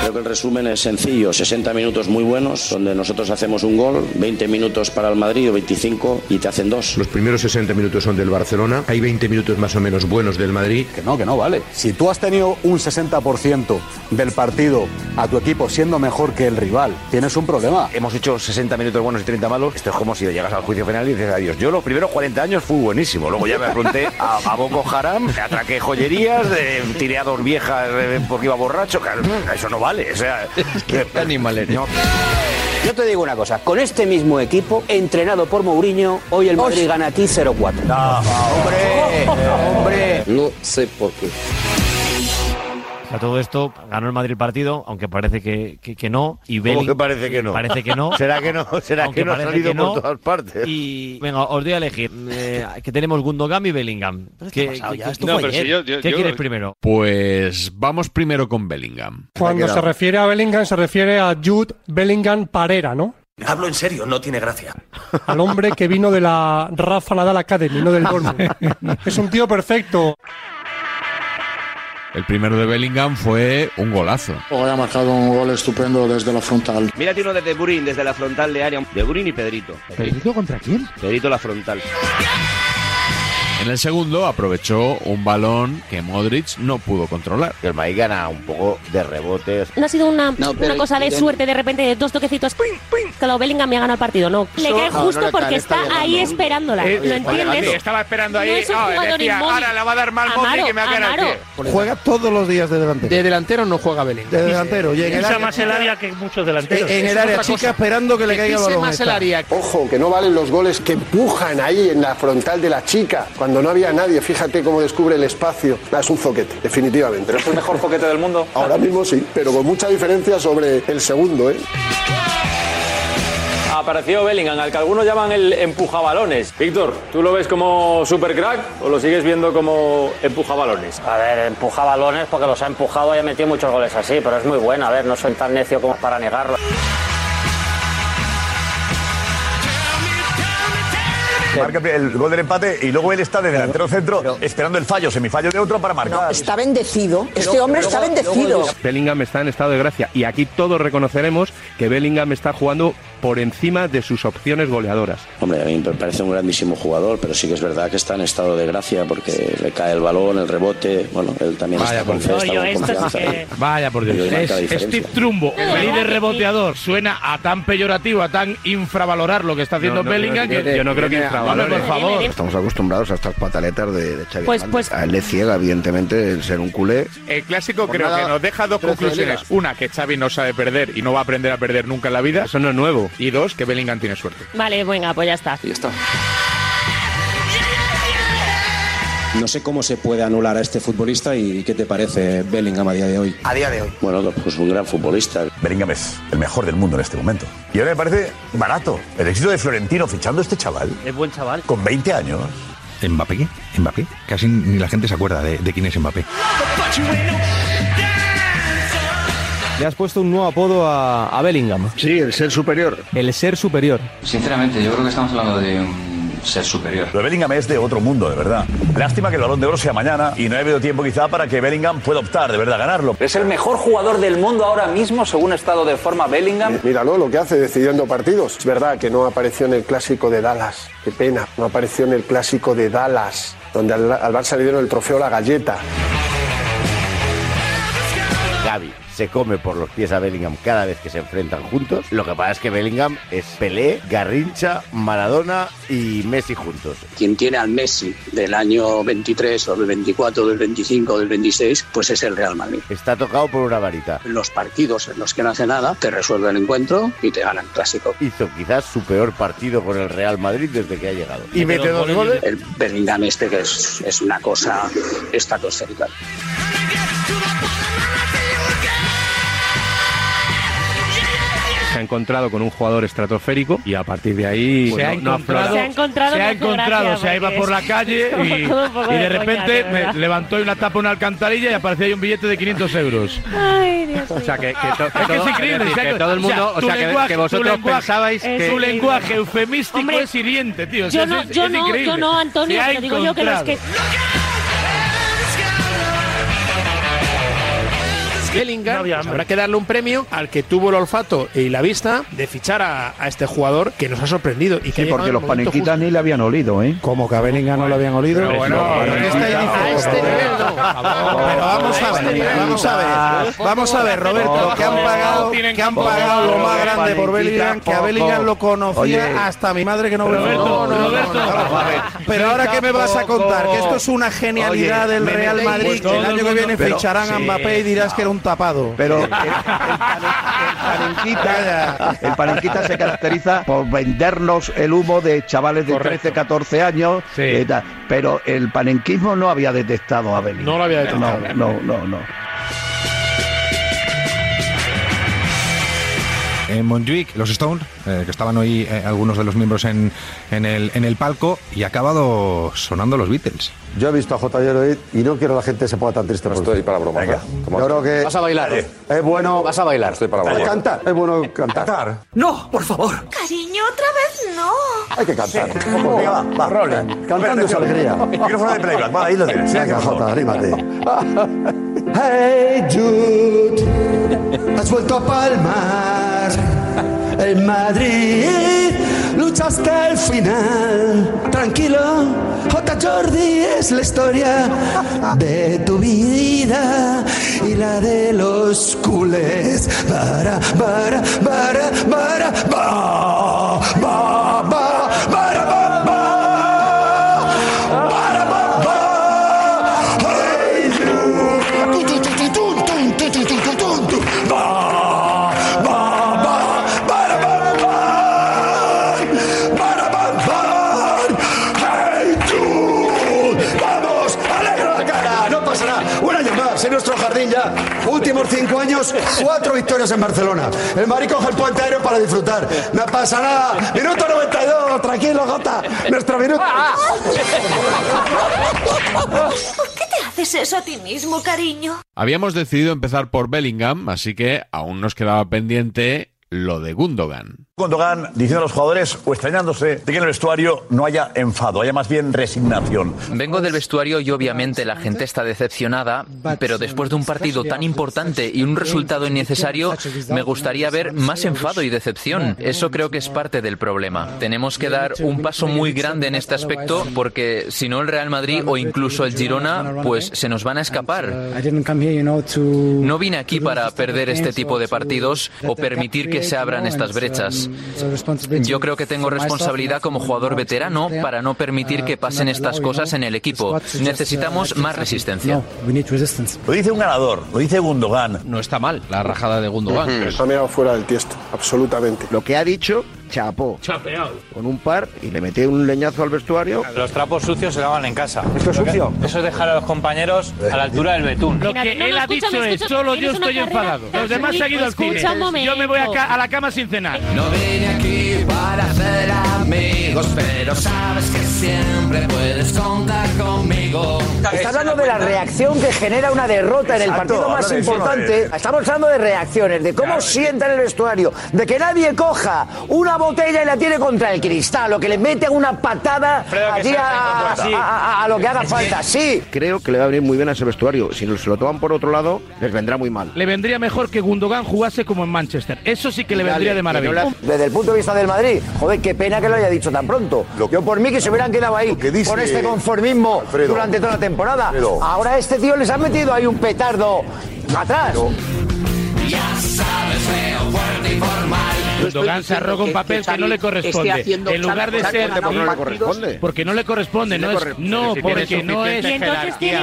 S27: Pero
S18: que el resumen es sencillo, 60 minutos muy buenos, donde nosotros hacemos un gol, 20 minutos para el Madrid o 25 y te hacen dos.
S32: Los primeros 60 minutos son del Barcelona, hay 20 minutos más o menos buenos del Madrid.
S33: Que no, que no, vale. Si tú has tenido un 60% del partido a tu equipo siendo mejor que el rival, tienes un problema.
S27: Hemos hecho 60 minutos buenos y 30 malos. Esto es como si llegas al juicio final y dices adiós. Yo los primeros 40 años fui buenísimo. Luego ya me afronté a, a Boko Haram, atraqué joyerías, eh, tiré a dos viejas eh, porque iba borracho. Claro, eso no vale. O sea, eh,
S34: ¿Qué animal eres? Yo te digo una cosa, con este mismo equipo, entrenado por Mourinho, hoy el Madrid gana aquí 0-4. hombre, hombre.
S18: No sé por qué.
S15: A todo esto ganó el Madrid el partido, aunque parece que, que, que no. Y
S27: ¿Cómo
S15: Belling-
S27: que parece que no?
S15: Parece que
S27: [LAUGHS]
S15: no.
S27: ¿Será que no? ¿Será
S15: Aunque
S27: que no ha
S15: parece
S27: salido
S15: que no.
S27: por todas partes?
S15: Y venga, os doy
S27: [LAUGHS]
S15: a elegir. eh, que tenemos Gundogan y Bellingham. ¿Qué,
S27: pasado
S15: qué-
S27: ya?
S15: qué-
S27: Esto No, fue pero ayer. si yo- yo-
S15: ¿Qué
S27: yo-
S15: quieres primero?
S2: Pues vamos primero con Bellingham.
S35: Cuando se refiere a Bellingham, se refiere a Jude Bellingham Parera, ¿no?
S27: Hablo en serio, no tiene
S36: [LAUGHS]
S27: gracia.
S35: Al hombre que vino de la Rafa Nadal Academy,
S28: [LAUGHS]
S35: no del Dortmund. Es [LAUGHS] un tío perfecto.
S2: El primero de Bellingham fue un golazo.
S6: Hoy Oh, ha marcado un gol estupendo desde la frontal.
S37: Mírate uno desde Burín, desde la frontal de área. De Burín y Pedrito.
S6: ¿Pedrito contra quién?
S37: Pedrito la frontal.
S2: En el segundo aprovechó un balón que Modric no pudo controlar.
S27: El Madrid gana un poco de rebotes.
S8: No ha sido una,
S27: No,
S8: una
S27: pero-
S8: cosa de
S27: pero-
S8: suerte, de repente, de dos toquecitos. ¡pim, pim! Que lo Bellingham me ha ganado el partido, no. Le
S7: Eso-
S8: cae
S7: No, no
S8: justo
S7: le cae,
S8: porque
S7: le está
S8: está, ahí
S7: llegando.
S8: esperándola.
S7: Eh,
S8: ¿Lo
S7: está llegando.
S8: entiendes?
S7: Estaba esperando ahí,
S8: No es un
S7: ah,
S8: jugador
S7: decía,
S8: inmóvil.
S7: ahora la va a dar mal Modric,
S8: Amaro,
S7: que me va a quedar
S8: Amaro.
S7: el
S36: Juega todos los días de delantero. De delantero no juega Belén. De delantero. Y en el área-
S7: más el área que muchos delanteros.
S36: en el
S7: Eso es
S36: área
S7: otra
S36: chica
S7: cosa.
S36: esperando que le
S7: Que
S36: caiga el
S7: pise
S36: balón.
S7: más el área.
S16: Ojo, que no valen los goles que empujan ahí en la frontal de la chica. Cuando no había nadie, fíjate cómo descubre el espacio. Ah, es un zoquete, definitivamente.
S7: ¿Pero es
S6: [LAUGHS]
S7: el mejor foquete del mundo?
S16: Ahora mismo sí, pero con mucha diferencia sobre el segundo, ¿eh?
S7: Apareció Bellingham, al que algunos llaman el empujabalones. Víctor, ¿tú lo ves como supercrack o lo sigues viendo como empujabalones?
S38: A ver, empuja balones porque los ha empujado y ha metido muchos goles así, pero es muy bueno. A ver, no soy tan necio como para negarlo.
S28: Marca el gol del empate y luego él está de delantero centro esperando el fallo, semifallo de otro para marcar.
S22: Está bendecido. Este hombre está luego- bendecido.
S7: Bellingham está en estado de gracia y aquí todos reconoceremos que Bellingham está jugando por encima de sus opciones goleadoras.
S18: Hombre, a mí me parece un grandísimo jugador, pero sí que es verdad que está en estado de gracia porque le cae el balón, el rebote. Bueno, él también está con fe, está con confianza.
S7: Vaya por
S18: Dios.
S7: Dios.
S18: Marca
S7: Es
S18: la diferencia.
S7: Steve Trumbo, el líder reboteador. Suena a tan peyorativo, a tan infravalorar lo que está
S27: No,
S7: haciendo
S27: no,
S7: Bellingham.
S27: yo-
S7: que,
S27: yo no creo que
S7: Hombre,
S27: infravalore.
S7: por favor.
S27: Estamos acostumbrados a estas pataletas de, de Xavi
S7: Pues-
S27: Hernández.
S7: pues-
S27: A él le ciega, evidentemente, el ser un culé.
S7: El clásico
S27: Por
S7: creo
S27: Pues nada,
S7: que nos deja dos
S27: 13 de
S7: conclusiones. Una, que Xavi no sabe perder y no va a aprender a perder nunca en la vida. Eso no es nuevo. Y dos, que Bellingham tiene suerte.
S8: Vale, venga, pues ya está.
S18: Y ya está. No sé cómo se puede anular a este futbolista y qué te parece Bellingham a día de hoy.
S28: A día de hoy.
S18: Bueno, pues un gran futbolista.
S28: Bellingham es el mejor del mundo en este momento. Y ahora me parece barato. El éxito de Florentino fichando a este chaval.
S7: Es buen chaval.
S28: Con 20 años.
S16: Mbappé, Mbappé, casi ni la gente se acuerda de, de quién es Mbappé.
S7: Le has puesto un nuevo apodo a, Bellingham. Sí, el ser superior. El ser superior.
S3: Sinceramente, yo creo que estamos hablando de un ser superior.
S28: Lo de Bellingham es de otro mundo, de verdad. Lástima que el balón de oro sea mañana y no ha habido tiempo quizá para que Bellingham pueda optar, de verdad, a ganarlo.
S3: Es el mejor jugador del mundo ahora mismo, según estado de forma Bellingham.
S16: Míralo lo que hace decidiendo partidos. Es verdad que no apareció en el clásico de Dallas. Qué pena. No apareció en el clásico de Dallas, donde al, al Barça le dieron el trofeo La Galleta.
S27: Gaby se come por los pies a Bellingham cada vez que se enfrentan juntos. Lo que pasa es que Bellingham es Pelé, Garrincha, Maradona y Messi juntos.
S18: Quien tiene al Messi del año 23 o del 24, del 25 o del 26, pues es el Real Madrid.
S27: Está tocado por una varita.
S18: Los partidos en los que no hace nada te resuelve el encuentro y te gana el clásico.
S27: Hizo quizás su peor partido con el Real Madrid desde que ha llegado. Y mete dos goles.
S18: El Bellingham este que es, es una cosa estratosférica.
S3: Se ha encontrado con un jugador estratosférico y a partir de ahí
S7: Se ha
S3: bueno, no ha
S7: encontrado-
S3: aflorado.
S7: Se ha encontrado
S3: se ha
S7: me hace
S3: encontrado,
S7: gracia,
S3: se ha ido
S7: porque
S3: por
S7: es
S3: la
S7: [LAUGHS]
S3: calle
S7: como-
S3: y,
S7: como un poco de
S3: y de
S7: coña, de
S3: repente
S7: verdad.
S3: me levantó una tapa una alcantarilla y aparecía ahí un billete de 500 euros.
S7: Ay, Dios
S3: O sea, que,
S7: Es que es increíble, o sea,
S3: todo el mundo, o
S7: tu
S3: sea, que,
S7: lenguaje-
S3: que
S7: tu
S3: vosotros
S7: lenguaje-
S3: pensabais
S7: es
S3: que...
S7: Tu lenguaje eufemístico es hiriente, tío. o sea,
S8: Yo no,
S7: es-
S8: yo
S7: es
S8: no, yo
S7: increíble.
S8: no, Antonio,
S7: Se ha
S8: te digo yo que los
S7: encontrado.
S8: que.
S18: Bellingham, pues habrá que darle un premio al que tuvo el olfato y la vista de fichar a, a este jugador que nos ha sorprendido. Y que
S16: Sí,
S18: ha
S16: porque
S18: llegado en
S16: los
S18: el momento
S16: panequitas ni le habían olido, ¿eh?
S18: Como que a Bellingham no le habían olido.
S16: Pero bueno,
S18: a este nivel no.
S16: Pero
S18: vamos
S16: a ver,
S18: vamos a ver.
S16: Vamos a ver,
S18: Roberto,
S16: que han pagado,
S18: que han
S16: pagado lo más grande por Bellingham,
S18: que a Bellingham lo conocía hasta mi madre que no
S16: Roberto,
S18: No, no, no,
S16: Roberto.
S18: no, no, no. Pero ahora qué me vas a contar que esto es una genialidad
S16: Oye,
S18: del
S16: me
S18: Real
S16: metéis-
S18: Madrid,
S16: pues
S18: que el
S16: todo
S18: año
S16: el
S18: que viene
S16: mundo- pero-
S18: ficharán a
S16: sí.
S18: Mbappé y dirás que era un tapado.
S16: Pero el,
S18: Calla.
S16: el Palenquita se
S18: [LAUGHS]
S16: caracteriza por vendernos el humo de chavales de 13, 14 años. eh, tal. pero el panenquismo no había detectado a Bellingham.
S18: No lo había detectado.
S16: No, no, no. no.
S39: en Montjuic, los Stones, eh, que estaban hoy eh, algunos de los miembros en, en el, en el palco, y ha acabado sonando los Beatles.
S3: Yo he visto a J.J. Lloyd y no quiero que la gente se ponga tan triste. No estoy para broma.
S31: ¿eh?
S3: Yo creo que... Eh,
S40: Vas a bailar.
S3: Es bueno... Vas
S40: a bailar. Estoy
S3: para
S40: broma.
S3: Cantar. Es bueno cantar. Oh,
S40: No, por favor.
S22: Cariño, otra vez no.
S3: Hay que cantar. Vamos, venga, va, va. Cantando es alegría.
S28: Micrófono de playback, va, ahí lo tienes.
S3: Venga, Jota, anímate. [LAUGHS] Hey Jude, has vuelto a palmar. En Madrid lucha hasta el final. Tranquilo, J. Jordi es la historia de tu vida y la de los culés. Para, para, para, para, va, va, va, para, va, va, para, va, va. Hey Jude. Tun, tun, tun, tun, tun, tun, tun, tun, tun, tun, tun. Va, va, va. ¡Vamos! ¡Alegra la cara! No pasará. Un año más en nuestro jardín ya. Últimos cinco años, cuatro victorias en Barcelona. El Madrid coge el puente aéreo para disfrutar. No pasa nada. Minuto 92. Tranquilo, Jota. Nuestro minuto.
S22: Ah, ¿Por qué te haces eso a ti mismo, cariño?
S2: Habíamos decidido empezar por Bellingham, así que aún nos quedaba pendiente lo de Gundogan.
S28: Gundogan diciendo a los jugadores o extrañándose de que en el vestuario no haya enfado, haya más bien resignación.
S13: Vengo del vestuario y obviamente la gente está decepcionada, pero después de un partido tan importante y un resultado innecesario, me gustaría ver más enfado y decepción. Eso creo que es parte del problema. Tenemos que dar un paso muy grande en este aspecto porque si no el Real Madrid o incluso el Girona, pues se nos van a escapar. No vine aquí para perder este tipo de partidos o permitir que se abran estas brechas. Yo creo que tengo responsabilidad como jugador veterano para no permitir que pasen estas cosas en el equipo. Necesitamos más resistencia.
S28: Lo dice un ganador, lo dice Gundogan.
S2: No está mal la rajada de
S41: Ha mirado fuera del tiesto, absolutamente.
S16: Lo que ha dicho, chapó.
S42: Chapeado.
S16: Con un par y le metió un leñazo al vestuario.
S43: Los trapos sucios se lavan en casa.
S16: ¿Esto es sucio? Eh.
S43: Eso es dejar a los compañeros a la altura del betún.
S27: Lo que
S44: no, no,
S27: él ha
S44: escúchame,
S27: dicho es,
S44: escúchame,
S27: solo yo
S44: eres una
S27: estoy
S44: carrera
S27: enfadado.
S44: de
S27: Los demás se han ido al cine.
S44: Escucha un
S27: Yo me voy a,
S44: momento.
S27: ca- a la cama sin cenar.
S13: No vine aquí para hacer amigos, pero sabes que siempre puedes contar conmigo.
S45: Está hablando de la reacción que genera una derrota en el
S13: Exacto,
S45: partido
S13: habla
S45: más
S13: de eso,
S45: importante.
S13: eh.
S45: Estamos hablando de reacciones, de cómo sientan el vestuario, de que nadie coja una botella y la tiene contra el cristal, o que le mete una patada
S43: Alfredo, que
S45: allí
S43: se
S45: a,
S43: hacen contra- sí.
S45: a- a- a lo que haga
S43: Sí.
S45: falta. Sí.
S16: Creo que le va a venir muy bien a ese vestuario. Si se lo toman por otro lado, les vendrá muy mal.
S27: Le vendría mejor que Gundogan jugase como en Manchester. Eso sí que le vendría de maravilla.
S45: Desde el punto de vista del Madrid, joder, qué pena que lo haya dicho tan pronto. Yo por mí que se hubieran quedado ahí
S3: dice-
S45: con este conformismo
S3: Alfredo,
S45: durante toda la temporada.
S3: Alfredo.
S45: Ahora a este tío les ha metido ahí un petardo atrás.
S13: Ya sabes, feo, fuerte y formal.
S27: Gundogan se arroga un papel que, no le corresponde. en lugar de ser. Porque no le corresponde. No, es- no porque no es.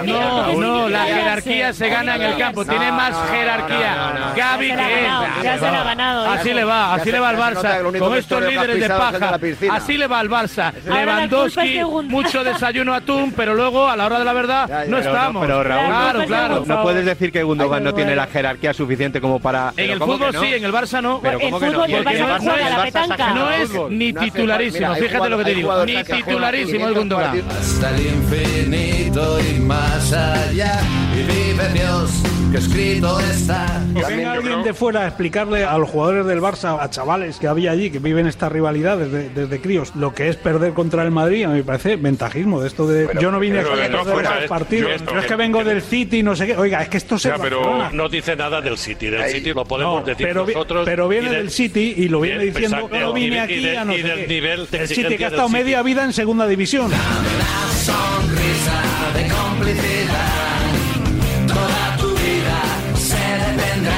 S27: No, no, la jerarquía se gana en el campo. Tiene más jerarquía. Gaby
S13: Ya se la ha
S27: que él.
S13: ganado, ya se la ha ganado, ya.
S27: Así le va,
S13: Ya
S27: así
S13: se-
S27: le va al
S13: ya se nota que lo
S27: Barça.
S13: único
S27: Con
S13: que
S27: estos
S13: estoy
S27: líderes de
S13: pisado es el de
S27: paja.
S13: la piscina.
S27: Así le va al Barça.
S13: la culpa
S27: Lewandowski,
S13: es de
S27: mucho desayuno atún, pero luego a la hora de la verdad no
S46: Pero
S27: estamos.
S46: pero Raúl,
S27: Claro, claro.
S46: no puedes decir que Gundogan no tiene la jerarquía suficiente como para.
S27: En
S46: Pero
S27: el
S46: ¿cómo
S27: fútbol
S46: que no?
S27: sí, en el Barça no.
S46: Pero ¿cómo que no? Porque el Barça- el Barça saca
S27: No
S46: el
S27: es
S46: fútbol.
S27: ni
S46: No hace
S27: titularísimo,
S46: falta- mira,
S27: fíjate
S46: hay
S27: lo que te
S46: jugador-
S27: digo.
S46: hay
S27: Ni
S46: jugador que ha jugado
S27: titularísimo el Gundogan.
S13: Hasta el infinito y más allá. Y vive Dios
S3: que escrito está.
S10: Que venga alguien de fuera a explicarle a los jugadores del Barça, a chavales que había allí, que viven esta rivalidad desde, desde críos, lo que es perder contra el Madrid, a mí me parece ventajismo de esto de...
S47: Pero-
S10: yo no vine
S47: pero
S10: aquí a
S47: que no
S10: perder
S47: fuera,
S10: los
S47: es-
S10: partidos,
S47: yo esto-
S10: pero es que vengo del City, y no sé qué. Oiga, es que esto se
S47: Ya, pero no dice nada del City. Del City lo podemos
S10: No,
S47: decir
S10: pero vi-
S47: nosotros.
S10: pero viene
S47: y de-
S10: del City y lo viene
S47: Bien,
S10: diciendo,
S47: exacto.
S10: "No vine
S47: Y de-
S10: aquí
S47: y de-
S10: a no
S47: y
S10: sé
S47: del
S10: qué".
S47: nivel de
S10: El City que
S47: exigencia
S10: ha estado
S47: del City.
S10: media vida en segunda división.
S3: Sonrisa de complicidad. Toda tu vida se detendrá.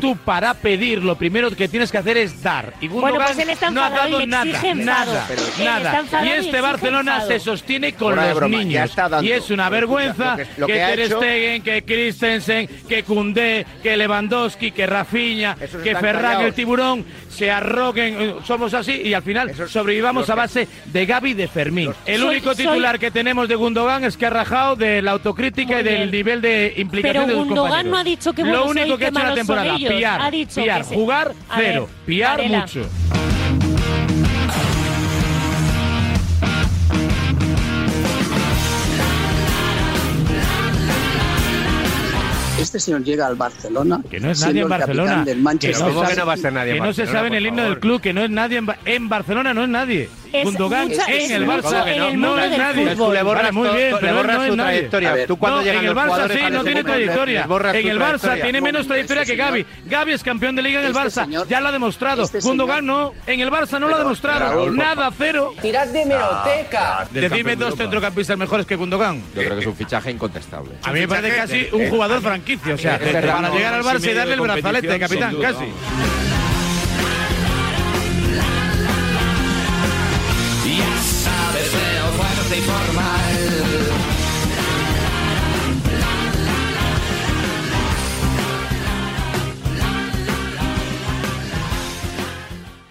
S18: Tú para pedir lo primero que tienes que hacer es dar. Y
S8: Bueno,
S18: Gundogan
S8: pues él está
S18: no ha
S8: enfadado y
S18: dado
S8: le
S18: nada,
S8: exige enfado.
S18: nada,
S8: Pero- Él está
S18: nada.
S8: enfadado
S18: Y
S8: y
S18: este
S8: exige
S18: Barcelona
S8: enfado.
S18: se sostiene con
S48: Fuera de
S18: los
S48: broma, ya
S18: niños.
S48: está dando.
S18: Y es una
S48: Escucha,
S18: vergüenza
S48: lo que-
S18: que,
S48: lo que ha
S18: Ter
S48: hecho-
S18: Stegen, que Christensen, que Koundé, que Lewandowski, que Rafinha,
S48: Esos
S18: que
S48: están
S18: Ferran
S48: callados.
S18: el tiburón se arroguen. eh, Somos así y al final sobrevivamos
S48: los
S18: a
S48: que-
S18: base de Gaby y de Fermín. El
S8: Soy-
S18: único
S8: soy-
S18: titular que tenemos de Gundogan es que ha rajado de la autocrítica
S8: Muy
S18: y del
S8: bien.
S18: nivel de implicación
S8: Pero
S18: de sus
S8: Gundogan
S18: compañeros.
S8: no ha dicho qué
S18: Lo
S8: buenos
S18: único
S8: sois,
S18: que ha
S8: qué
S18: hecho en la
S8: malos son
S18: temporada,
S8: ellos.
S18: piar,
S8: Ha dicho
S18: piar,
S8: que sí.
S18: jugar,
S8: A ver,
S18: cero, piar
S8: Varela.
S18: mucho.
S28: Este señor llega al Barcelona.
S18: Que no es nadie en Barcelona.
S28: Del Manchester
S18: se sabe-
S28: City.
S18: que no se sabe en el himno del club, que no es nadie en, Ba- en Barcelona, no es nadie.
S28: Es
S18: Gundogan
S28: mucha-
S18: en
S28: es
S18: el
S28: mucho
S18: Barça
S28: en el
S18: no
S28: mundo
S18: es
S28: del
S18: nadie.
S28: fútbol. Le borras
S18: Vale, muy
S28: todo-
S18: bien,
S28: le
S18: pero él
S28: borras
S18: no es
S28: tu
S18: nadie.
S28: trayectoria.
S18: A ver,
S28: Tú cuando
S18: no,
S28: llegan
S18: en el
S28: los
S18: Barça
S28: jugadores
S18: sí,
S28: a
S18: no
S28: ese
S18: tiene
S28: momento,
S18: trayectoria.
S28: les borras
S18: En
S28: tu
S18: el Barça
S28: trayectoria.
S18: tiene menos trayectoria que
S28: Este
S18: Gaby. Gaby es campeón de liga en el Barça. Ya lo ha demostrado. Gundogan no. En el Barça no lo ha demostrado.
S28: Raúl, por
S18: Nada, cero. Ah,
S28: Tirad de
S18: meroteca.
S28: hemeroteca.
S7: Eh,
S18: Decime dos centrocampistas mejores que Gundogan.
S2: Yo creo que es un fichaje incontestable.
S18: A mí me parece casi un jugador franquicio. O sea,
S2: Eh, eh,
S18: para
S2: Ramos,
S18: llegar al Barça
S2: sí,
S18: y darle el
S2: medio de
S18: brazalete de
S2: competición,
S18: capitán,
S2: sin duda.
S18: casi.
S3: Ya sabes, veo fuerte y formal.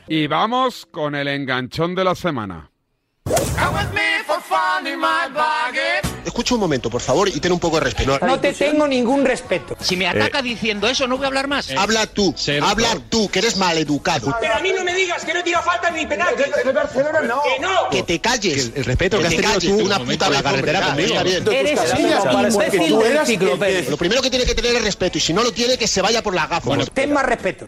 S1: Y vamos con el enganchón de la semana.
S27: Escucha un momento, por favor, y ten un poco de respeto.
S7: eh,
S28: tengo ningún respeto.
S7: Si me
S27: ataca
S7: diciendo eso, no voy a hablar más.
S27: Habla tú, habla tú, que eres maleducado.
S7: eh, a mí no me digas que no tira falta ni penal.
S27: Que no. Que te calles. el respeto
S28: que
S27: que,
S28: has
S27: te
S28: tenido
S27: calles
S28: tú
S27: una
S28: momento,
S27: puta
S28: la
S27: vez,
S28: carretera
S27: hombre, está
S28: conmigo.
S27: bien.
S28: Eres
S27: Está
S28: así,
S27: bien,
S28: así,
S27: está bien. Parece que
S28: imbécil
S27: tú
S28: del
S27: eras el que-
S28: enciclopedia.
S27: Lo primero que tiene que tener es respeto y si no lo tiene que se vaya por la gafa.
S28: ten más respeto.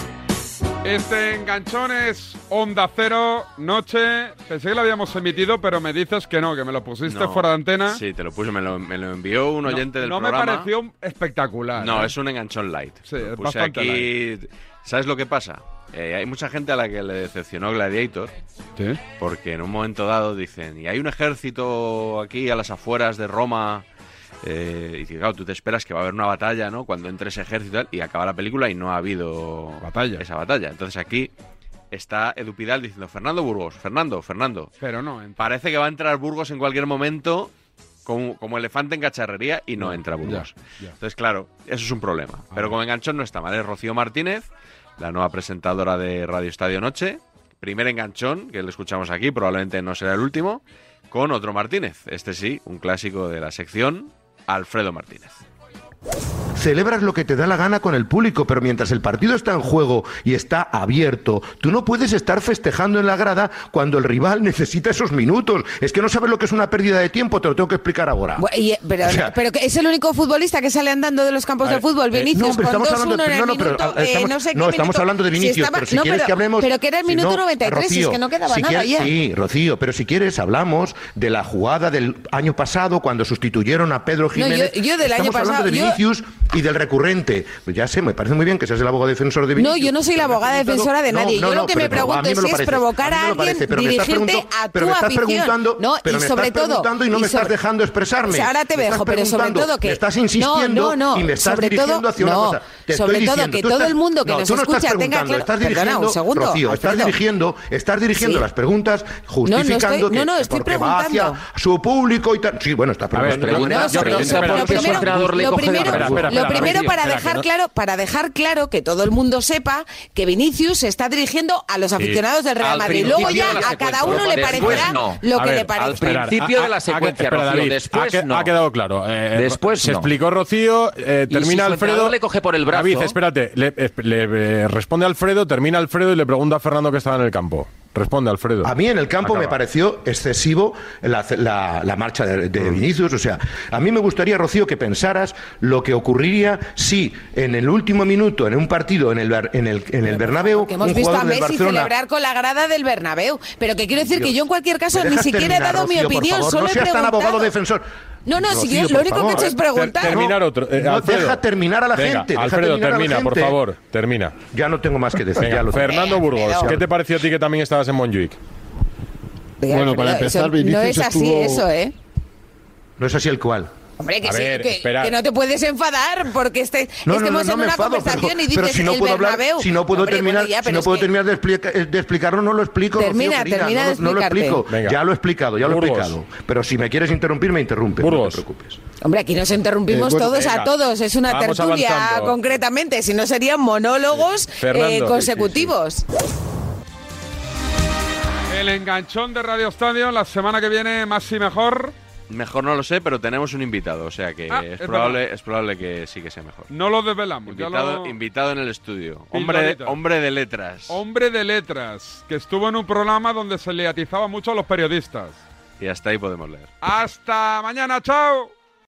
S1: Este enganchón es Onda Cero, noche. Pensé que lo habíamos emitido, pero me dices que no, que me lo pusiste
S2: No.
S1: fuera de antena.
S2: Sí, te lo puse, me lo, me lo envió un
S1: No,
S2: oyente del
S1: no
S2: programa.
S1: me pareció espectacular.
S2: No,
S1: ¿eh?
S2: es un enganchón light.
S1: Sí,
S2: Lo
S1: es
S2: puse
S1: bastante
S2: aquí. ¿Sabes lo que pasa? Eh, hay mucha gente a la que le decepcionó Gladiator.
S1: Sí.
S2: Porque en un momento dado dicen, y hay un ejército aquí a las afueras de Roma. eh, y dice, claro, tú te esperas que va a haber una batalla, ¿no? Cuando entre ese ejército y tal, y acaba la película y no ha habido esa batalla. Entonces aquí está Edupidal diciendo, Fernando Burgos, Fernando, Fernando.
S1: Pero no, en-
S2: Parece que va a entrar Burgos en cualquier momento como, como elefante en cacharrería y no, entra Burgos.
S1: ya. Ah.
S2: Entonces, claro, eso es un problema. Pero como enganchón no está mal. Es Rocío Martínez, la nueva presentadora de Radio Estadio Noche. Primer enganchón que le escuchamos aquí, probablemente no será el último, con otro Martínez. Este sí, un clásico de la sección, Alfredo Martínez.
S27: Celebras lo que te da la gana con el público, pero mientras el partido está en juego y está abierto, tú no puedes estar festejando en la grada cuando el rival [LAUGHS] necesita esos minutos. Es que no sabes lo que es una pérdida de tiempo, te lo tengo que explicar ahora.
S30: Bu- y, eh, pero,
S27: O sea,
S30: pero que es el único futbolista que sale andando de los campos
S27: A
S30: de
S27: ver,
S30: fútbol,
S27: eh, no,
S30: Vinicius,
S27: pero
S30: con
S27: estamos
S30: 2-1
S27: hablando-
S30: en el
S27: no, no, pero,
S30: minuto,
S27: a-
S30: eh,
S27: estamos-
S30: no sé qué
S27: no, estamos
S30: minuto-
S27: hablando de Vinicius,
S30: estaba-
S27: pero si quieres que hablemos-
S30: Pero que era el
S27: si
S30: minuto
S27: no,
S30: 93, si es
S27: Rocío,
S30: que no quedaba
S27: si
S30: nada
S27: quieres-
S30: ya.
S27: Sí, Rocío, pero si quieres hablamos de la jugada del año pasado cuando sustituyeron a Pedro
S30: yo-
S27: Jiménez.
S30: yo del año
S27: estamos hablando
S30: pasado,
S27: de
S30: yo-
S27: Vinicius y del recurrente. Pues ya sé, me parece muy bien que seas el abogado defensor de
S30: No,
S27: Vinicius.
S30: yo no soy la abogada defensora de
S27: No,
S30: nadie.
S27: no,
S30: yo
S27: no,
S30: lo que
S27: pero
S30: me
S27: no, a
S30: pregunto
S27: mí me
S30: es
S27: lo
S30: si es
S27: parece,
S30: provocar
S27: a mí me
S30: a
S27: lo
S30: alguien,
S27: parece, pero me estás
S30: dirigirte
S27: pregunto-
S30: a tu
S27: pero me estás
S30: afición.
S27: preguntando-
S30: no,
S27: pero
S30: y
S27: me
S30: sobre
S27: estás
S30: todo.
S27: preguntando y no me estás
S30: sobre-
S27: dejando expresarme.
S30: O sea, ahora te
S27: Me
S30: dejo,
S27: estás
S30: pero sobre
S27: preguntando,
S30: todo que.
S27: me estás insistiendo
S30: no, no, no,
S27: y me estás
S30: sobre todo,
S27: dirigiendo hacia una
S30: no,
S27: cosa. Te estoy
S30: sobre todo
S27: diciendo,
S30: que
S27: tú
S30: todo
S27: estás-
S30: el mundo que
S27: No,
S30: nos
S27: tú no estás
S30: escucha tenga
S27: preguntando,
S30: claro.
S27: estás
S30: Perdona,
S27: dirigiendo-
S30: un segundo.
S27: Rocío, estás
S30: Alfredo.
S27: dirigiendo, estás dirigiendo
S30: Sí.
S27: las preguntas
S30: no estoy-
S27: justificando que
S30: no, no, estoy
S27: porque va hacia su público y tal. Sí, bueno, estás
S7: Pregunta,
S27: preguntando.
S7: pregunta por qué su entrenador le
S30: lo
S7: coge de
S30: primero-
S7: la
S27: espera, espera,
S30: lo Lo primero para
S12: Espera, que
S30: dejar
S12: no-
S30: claro, para dejar claro que todo el mundo sepa que Vinicius se está dirigiendo a los aficionados del Real
S12: Al
S30: Madrid. Luego
S12: principio
S30: ya
S12: de la
S30: a cada
S12: secuencia.
S30: uno le
S12: Después
S30: parecerá
S12: no.
S30: lo
S12: A
S30: que
S12: ver,
S30: le parezca.
S12: al principio
S2: Ah,
S12: de la
S2: ah,
S12: secuencia,
S2: espera,
S12: Rocío,
S2: David,
S12: después
S2: ha, que-
S12: no.
S2: ha quedado claro. Eh,
S12: Después
S2: Se
S12: no.
S2: explicó Rocío, eh,
S12: Y si su
S2: termina Alfredo.
S12: entrenador le coge por el brazo.
S2: David, espérate, le, esp- le, eh, responde Alfredo, termina Alfredo y le pregunta a Fernando que estaba en el campo. Responde Alfredo.
S27: A mí en el campo me
S2: Acaba.
S27: pareció excesivo la, la- la marcha de, de Vinicius. O sea, a mí me gustaría, Rocío, que pensaras lo que ocurriría si en el último minuto, en un partido en el, Ber- en el, en el Bernabéu,
S30: Que
S27: un
S49: hemos
S27: jugador
S30: visto a
S27: del
S30: Messi
S27: Barcelona-
S30: celebrar con la grada del Bernabéu. Pero que quiero decir que
S27: Dios.
S30: yo en cualquier caso
S27: ¿Me
S30: ni
S27: dejas
S30: siquiera he
S27: terminar,
S30: dado mi
S27: Rocío, por
S30: opinión,
S27: favor?
S30: solo
S27: no
S30: he
S27: seas tan
S30: preguntado.
S27: abogado defensor.
S30: No, no, si yo-
S27: por
S30: lo único que he hecho es
S27: Ter-
S30: preguntar.
S2: Terminar otro. eh,
S27: no
S2: Alfredo.
S27: deja terminar a la
S2: Venga,
S27: gente. deja
S2: Alfredo,
S27: terminar a la
S2: termina, por
S27: gente.
S2: favor. Termina.
S27: Ya no tengo más que decir.
S2: Venga,
S27: ya lo tengo.
S2: Fernando Burgos, ¿qué te pareció a ti que también estabas en Montjuic?
S30: Bueno, para Alfredo, empezar, eso Vinicius no es así estuvo- eso, ¿eh?
S27: No es así el cual.
S30: Hombre, que,
S27: A
S30: sí,
S27: ver,
S30: que-
S27: esperad.
S30: que no te puedes enfadar porque este,
S27: No, no,
S30: estemos
S27: no, no
S30: en
S27: me
S30: una
S27: enfado, pero-
S30: conversación y dices
S27: pero si no
S30: el
S27: puedo hablar,
S30: Bernabéu.
S27: si no puedo
S30: Hombre, bueno,
S27: terminar,
S30: ya,
S27: si
S30: pero
S27: no
S30: es
S27: puedo
S30: que-
S27: terminar de, explica- de explicarlo, no lo explico. Rocío
S30: Termina,
S27: querida,
S30: termina
S27: no,
S30: de
S27: lo- no lo
S30: explicarte.
S27: explico.
S30: Venga.
S27: Ya lo he explicado, ya
S2: Burgos.
S27: lo he explicado. Pero si me quieres interrumpir, me interrumpes. No te preocupes.
S30: Hombre, aquí nos interrumpimos
S27: Eh, bueno,
S30: todos
S27: venga.
S30: a todos. Es una
S27: Vamos
S30: tertulia
S27: avanzando.
S30: concretamente, si no serían monólogos
S27: Fernando,
S30: eh,
S27: sí, sí,
S30: consecutivos.
S1: El enganchón de Radio Estadio la semana que viene, más y mejor.
S50: Mejor no lo sé, pero tenemos un invitado, o sea que
S1: Ah,
S50: es,
S1: es
S50: probable, es probable que sí que sea mejor.
S1: No lo desvelamos. ya
S50: Invitado,
S1: lo-
S50: invitado en el estudio. Hombre,
S1: Pildorita. Oh.
S50: hombre de letras.
S1: Hombre de letras, que estuvo en un programa donde se le atizaba mucho a los periodistas.
S50: Y hasta ahí podemos leer.
S1: Hasta mañana, chao.